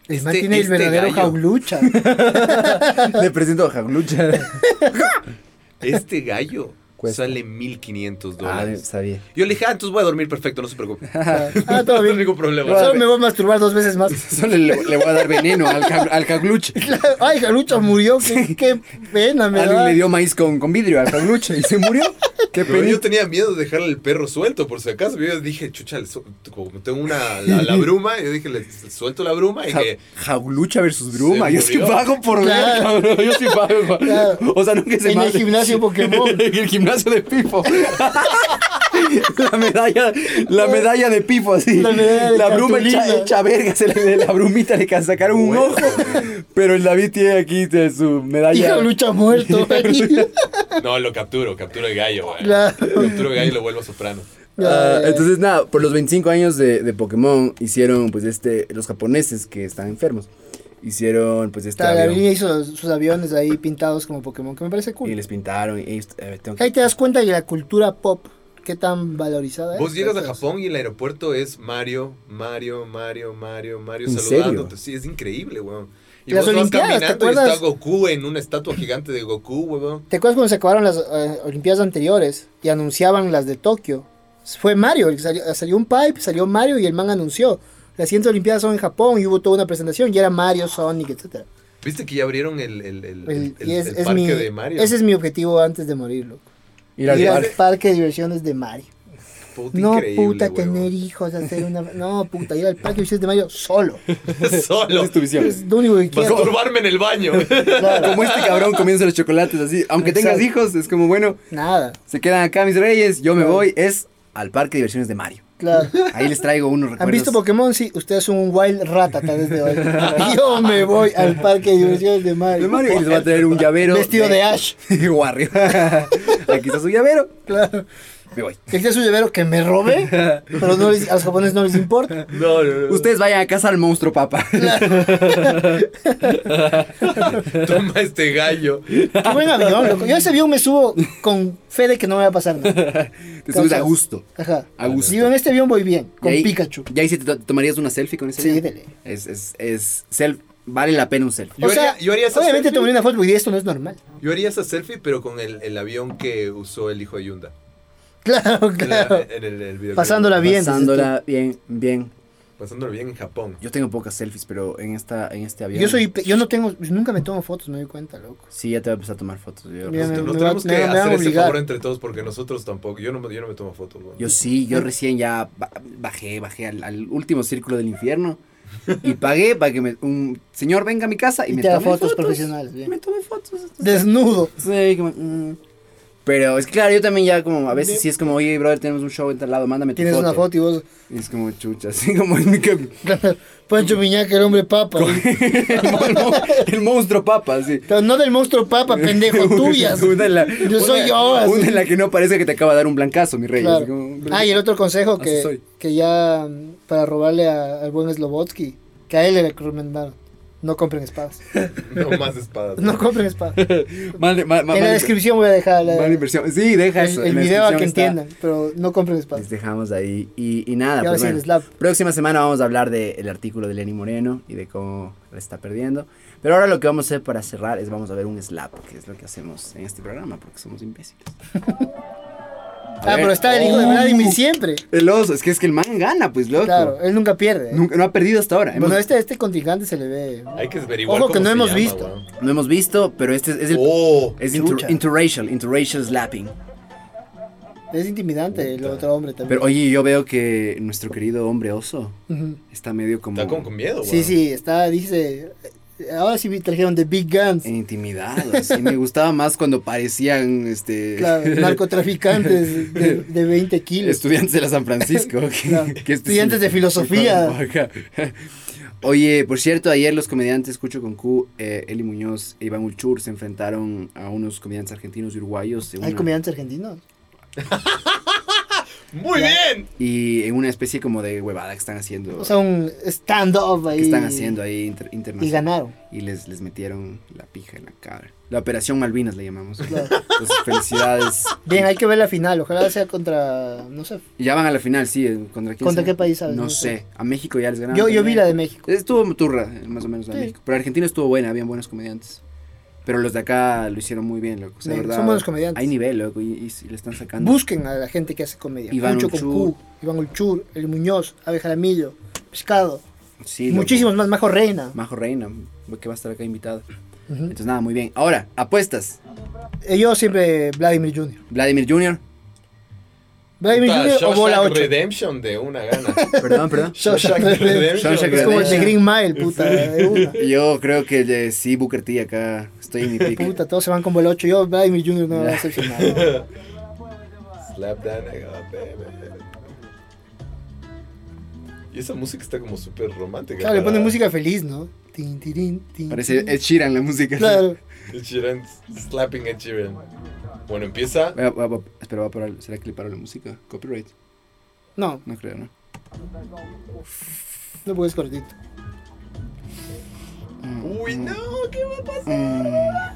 El man Este- tiene el este verdadero gallo. jaulucha. Le presento a Jaglucha. Este gallo Cuesta. sale 1500 Ah, dólares. sabía. Yo le dije, ah, entonces voy a dormir perfecto, no se preocupe. Ah, todo No tengo bien. ningún problema. Solo me voy a masturbar dos veces más. Solo le, le voy a dar veneno al, Jagl- al Jaglucha. Ay, Jalucha murió, qué, qué pena me Alguien da. le dio maíz con, con vidrio al Jaglucha y se murió. Qué Pero yo penita. tenía miedo de dejarle el perro suelto, por si acaso. Yo dije, chucha, le su- como tengo una, la, la bruma, yo dije, le suelto la bruma y Ja- que... Jaglucha versus Bruma. Yo sí murió. pago por ver, Claro. cabrón. Yo sí pago. pa- Claro. O sea, nunca se En el mate. gimnasio Pokémon. en el gimnasio de Pifo. la medalla, la medalla de Pifo, así. La medalla de La bruma cartulina. hecha, hecha verga. Se le, de la brumita le can- sacaron un Bueno. ojo. Pero el David tiene aquí de su Y medalla. Jalucha muerto. No, lo capturo, capturo el gallo, güey. Claro. Capturo el gallo y lo vuelvo soprano. Ah, entonces nada, por los 25 años de, de Pokémon hicieron pues este, los japoneses que están enfermos, hicieron pues este Claro, la avión línea hizo sus aviones ahí pintados como Pokémon, que me parece y cool. les pintaron y, eh, tengo que- Ahí te das cuenta de la cultura pop qué tan valorizada Vos es. llegas a Entonces, Japón y el aeropuerto es Mario, Mario, Mario, Mario, Mario ¿En saludándote. Sí, es increíble, weón. Y Las vos vas Olimpiadas, ¿te caminando y acuerdas? está Goku en una estatua gigante de Goku, weón. ¿Te acuerdas cuando se acabaron las eh, Olimpiadas anteriores y anunciaban las de Tokio? Fue Mario, el que salió, salió un pipe, salió Mario y el man anunció. Las siguientes Olimpiadas son en Japón y hubo toda una presentación y era Mario, Sonic, etcétera. ¿Viste que ya abrieron el, el, el, El- el- y es- el es parque mi- de Mario? Ese es mi objetivo antes de morir, loco. Ir al Ir al parque. parque de diversiones de Mario. Puta, No, increíble, puta, weón. tener hijos, hacer una... No, puta, ir al parque de diversiones de Mario solo. Solo. es tu visión. Es lo único que quiero. Masturbarme en el baño. Claro. Como este cabrón comienza los chocolates así. Aunque tengas Exacto. hijos, es como, bueno, Nada, se quedan acá mis reyes, yo me voy. Es al parque de diversiones de Mario. claro. Ahí les traigo unos recuerdos. ¿Han visto Pokémon? Sí, ustedes son un wild ratata desde hoy. Yo me voy al parque de diversiones de Mario. de Mario y les va a traer un llavero. Vestido de Ash. Wario. Aquí está su llavero. Claro. Me voy. Este es un llavero que me robé, pero no les- a los japoneses no les importa. No, no, no. Ustedes vayan a casa al monstruo papa. Toma este gallo. Qué buen avión, loco. Yo a ese avión me subo con fe de que no me va a pasar nada. Te subes a gusto. Ajá. A gusto. Digo, en este avión voy bien, con Y ahí- Pikachu. Y ahí sí te, to- te tomarías una selfie con ese. Sí, avión? dele. Es, es, es self- vale la pena un selfie. Yo o sea, haría- yo haría esa obviamente selfie. tomaría una foto porque esto no es normal. Yo haría esa selfie, pero con el, el avión que usó el hijo de Yunda. Claro, En la- claro. en el- el video Pasándola Ah, bien. dices Pasándola bien, bien. Pasándola bien en Japón. Yo tengo pocas selfies, pero en esta, en este avión. Yo soy, yo no tengo, nunca me tomo fotos, me doy cuenta, loco. Sí, ya te voy a empezar a tomar fotos. Yo, Bien. me- Nos me tenemos va- me que van- me van hacer a ese obligar. favor entre todos porque nosotros tampoco. Yo no, me- yo no me tomo fotos. weón. yo sí, yo recién ya ba- bajé, bajé al, al último círculo del infierno. Y pagué para que me- un señor venga a mi casa y, Y me te haga tome fotos profesionales, bien. Me tome fotos. Desnudo. Sí, como, mm. Pero es que claro, yo también ya como a veces sí es como, oye, brother, tenemos un show en tal lado, mándame tu Tienes foto. una foto y vos. Y es como chucha, así como en mi cam- Pancho Miñaca, el hombre papa. el, mono- el monstruo papa, así. Pero no del monstruo papa, pendejo, tuyas. Una en la- Yo soy una- yo, así. Una en la que no parece que te acaba de dar un blancazo, mi rey. Claro. así como, Ah, y el otro consejo Así que, soy. que ya mm, para robarle a- al buen Slobotsky, que a él le recomendaron. No compren espadas. No más espadas. No compren espadas. Mal, mal- mal- en la mal- descripción voy a dejar la- mal inversión. Sí, deja el, eso. el en la video a que descripción está. entiendan, pero no compren espadas. Les dejamos ahí. Y, y nada, pues Ya va a ser bueno. el slap. Próxima semana vamos a hablar del artículo de Lenny Moreno y de cómo la está perdiendo. Pero ahora lo que vamos a hacer para cerrar es vamos a ver un slap, que es lo que hacemos en este programa, porque somos imbéciles. A Ah, ver. pero está el hijo de Oh. Vladimir siempre. El oso, es que es que el man gana, pues loco. Claro, él nunca pierde. ¿eh? Nunca, no ha perdido hasta ahora. Bueno, Hemos- este, este contingente se le ve. Hay que averiguar. Ojo que cómo no se hemos llama, visto. weón. No hemos visto, pero este es, es el... Oh, Es inter- chucha. interracial, interracial slapping. Es intimidante el otro hombre también. Pero oye, yo veo que nuestro querido hombre oso Ujú. está medio como... está con, con miedo. Sí, weón. sí, está, dice. eh, Ahora sí me trajeron de Big Guns. Eh. Intimidado, así. Me gustaba más cuando parecían, este... Claro, narcotraficantes de, de 20 kilos. Estudiantes de la San Francisco. que- Claro. que este Estudiantes de filosofía. Ajá. Oye, por cierto, ayer los comediantes Cucho con Q, eh, Eli Muñoz e Iván Ulchur se enfrentaron a unos comediantes argentinos y uruguayos. en Hay una- comediantes argentinos. Muy bien. y en una especie como de huevada que están haciendo. O sea, un stand-up ahí. que Oh. están haciendo ahí inter- Y internacional. ganaron. Y, les, les metieron la pija en la cara. La operación Malvinas le llamamos. Claro. Entonces, felicidades. Bien, hay que ver la final. Ojalá sea contra. No sé. Y ya van a la final, sí. ¿Contra quién ¿Contra será? qué país, sabes? No No sé. sé. A México ya les ganaron. Yo, yo vi también. la de México. Estuvo turra, eh, más o menos, la de Sí. México. Pero Argentina estuvo buena, habían buenos comediantes. Pero los de acá lo hicieron muy bien, loco. O sea, de Bien, verdad, son buenos comediantes. Hay nivel, loco, y, y- y le están sacando. Busquen a la gente que hace comedia. Iván Mucho con Ulchur. Q, Iván Ulchur, El Muñoz, Ave Jaramillo, Pescado. Sí, loco. Muchísimos más. Majo Reina. Majo Reina, que va a estar acá invitada. Ujú. Entonces, nada, muy bien. Ahora, apuestas. Eh, Yo siempre Vladimir Jr. Vladimir Jr. Vladimir Puta, Jr. o Shawshank bola 8. Redemption de una gana. Perdón, perdón. Shawshank Shawshank Redemption. Es como el de Redemption. Green Mile, puta. De una. Yo creo que eh, sí, Booker T acá. Estoy en mi pico. Puta, todos se van con bola 8. Yo, Vladimir Jr. no me va a decepcionar. Slap that nigga, baby. Y esa música está como súper romántica. Claro, le para- ponen música feliz, ¿no? Tin, tirín, tin, Parece tin. Ed Sheeran la música. Claro. Ed Sheeran, slapping Ed Sheeran. Bueno, empieza. Voy a- voy a- voy a- espera, voy a parar. ¿Será que le paro la música? Copyright. No, No creo, ¿no? no puedes cortito. Uy, no, ¿qué va a pasar? Mm.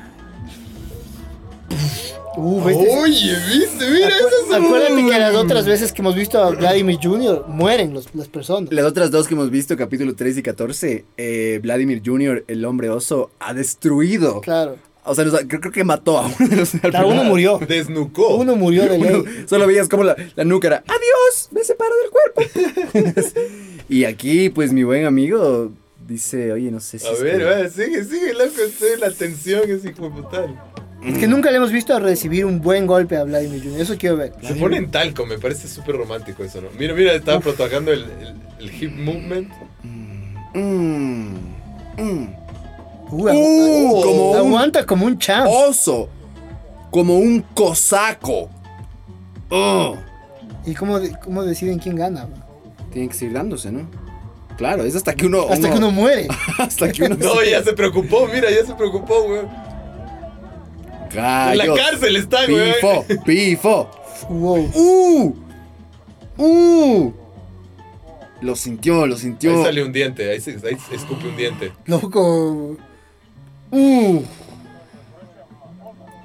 Uh, ¿viste? Oye, viste, mira, esas son- Acuérdate que las otras veces que hemos visto a Vladimir Jr. mueren los- las personas. Las otras dos que hemos visto, capítulo 3 y 14, eh, Vladimir Jr., el hombre oso, ha destruido. Claro. O sea, nos ha- creo, creo que mató a uno de los... al Claro, uno primero. murió. Desnucó. Uno murió de Uno- ley. solo veías como la, la nuca era, ¡Adiós! ¡Me separo del cuerpo! y aquí, pues, mi buen amigo dice, oye, no sé si... A es ver, que- va, sigue, sigue, loco, estoy en la tensión, es hijo de putal. Es que nunca le hemos visto recibir un buen golpe a Vladimir Jr. Eso quiero ver. Se pone en talco, me parece súper romántico eso, ¿no? Mira, mira, estaba protagonizando el, el- el hip movement. Mm, mm. Uh, agu- Uh, agu- como un- Oh. aguanta como un champ. Oso, como un cosaco. Oh. ¿Y cómo, de- cómo deciden quién gana? bro? Tienen que seguir dándose, ¿no? Claro, es hasta que uno... Hasta que uno muere. hasta que uno... No, ya se preocupó, mira, ya se preocupó, weón. En la Cayó. cárcel está, Pifo, weón. pifo. Wow. ¡Uh! ¡Uh! Lo sintió, lo sintió. Ahí sale un diente, ahí, se, ahí se escupe un diente. Loco. ¡Uh!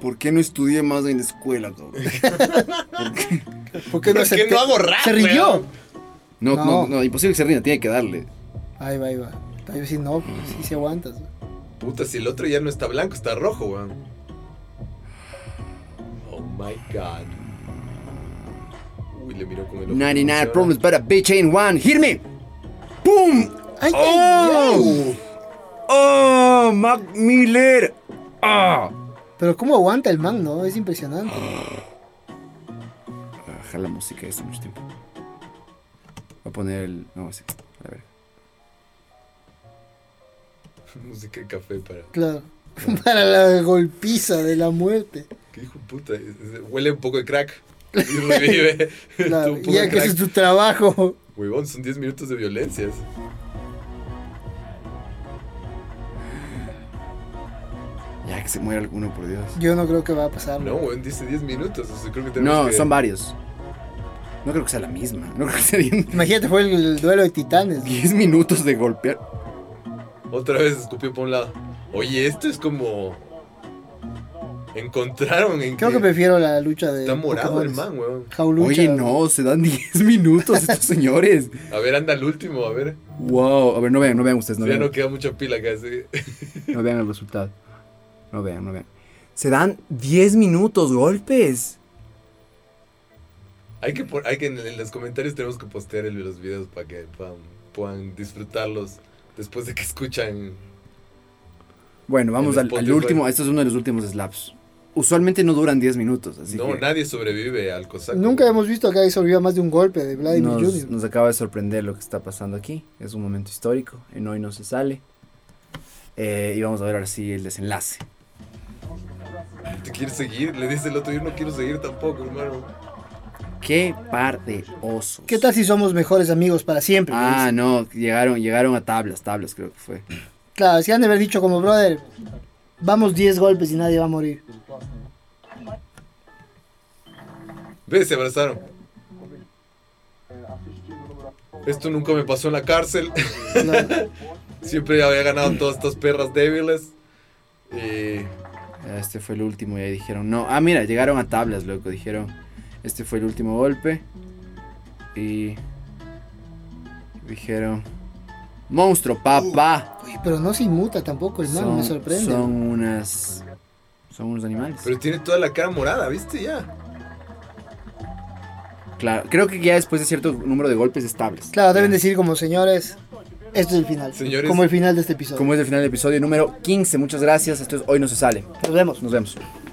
¿Por qué no estudié más en la escuela, cabrón? ¿Por qué no ¿Por qué acepté? no hago rap, Se rió. weón? No, no, No. no, imposible que se rinda, tiene que darle. Ahí va, ahí va. Tal vez sí, no, pues, sí, sí aguantas. bro. Puta, si el otro ya no está blanco, está rojo, weón. Oh my god. Uy, le miró con el ojo. 99 emocionado. problems, but a bitch ain't one. Hear me. ¡Pum! ¡Ay, ¡Oh! ay, ay! ¡Oh! ¡Mac Miller! ¡Ah! Pero cómo aguanta el man, ¿no? Es impresionante. Bajar la música, esto mucho tiempo. Voy a poner el. No, así. A ver. Música de café para. Claro. Para la golpiza de la muerte. ¿Qué hijo de puta? Es- es- Huele un poco de crack. Y revive. Claro. Un poco Ya de que crack. ese es tu trabajo. Huevón, son 10 minutos de violencias. Ya que se muera alguno, por Dios. Yo no creo que va a pasar. No, huevón, dice 10 minutos. o sea, creo que tenemos No, que- son varios. No creo que sea la misma. No creo que serían Imagínate, fue el, el duelo de titanes. 10 minutos de golpear. Otra vez escupió por un lado. Oye, esto es como. Encontraron en Creo que prefiero la lucha de. Está morado el Pokémones. man, weón. Jaulucha. Oye, no, se dan 10 minutos estos señores. A ver, anda el último, a ver. Wow. A ver, no vean, no vean ustedes, no ya vean. no queda mucha pila acá. sí. No vean el resultado. No vean, no vean. Se dan 10 minutos golpes. Hay que, por- hay que en, en los comentarios tenemos que postear el- los videos para que puedan, puedan disfrutarlos después de que escuchan. Bueno, vamos En al, al Spotify. último. Este es uno de los últimos slaps. Usualmente no duran 10 minutos, así no, que nadie sobrevive al cosaco. Nunca hemos visto que alguien sobreviva más de un golpe de Vladimir nos, Jr. nos acaba de sorprender lo que está pasando aquí. Es un momento histórico. En hoy no se sale. Eh, y vamos a ver ahora sí el desenlace. ¿Te quieres seguir? Le dice el otro, yo no quiero seguir tampoco, hermano. Qué par de osos. ¿Qué tal si somos mejores amigos para siempre? Ah, Le dice. no, llegaron, llegaron a tablas, tablas creo que fue. Claro, si han de haber dicho como brother, vamos 10 golpes y nadie va a morir. Ve, se abrazaron. Esto nunca me pasó en la cárcel. Claro. Siempre había ganado todas estas perras débiles. Eh, Y Este fue el último y ahí dijeron, no, ah, mira, llegaron a tablas, loco, dijeron, este fue el último golpe. Y dijeron, monstruo, papá. Oye, pero no se inmuta tampoco el man, son, pues, me sorprende. son unas... Son unos animales. Pero tiene toda la cara morada, ¿viste? Ya. Claro, creo que ya después de cierto número de golpes estables. Claro, deben decir como señores, esto es el final. Señores. Como el final de este episodio. Como es el final del episodio número 15, muchas gracias. Esto es Hoy no se sale. Nos vemos. Nos vemos.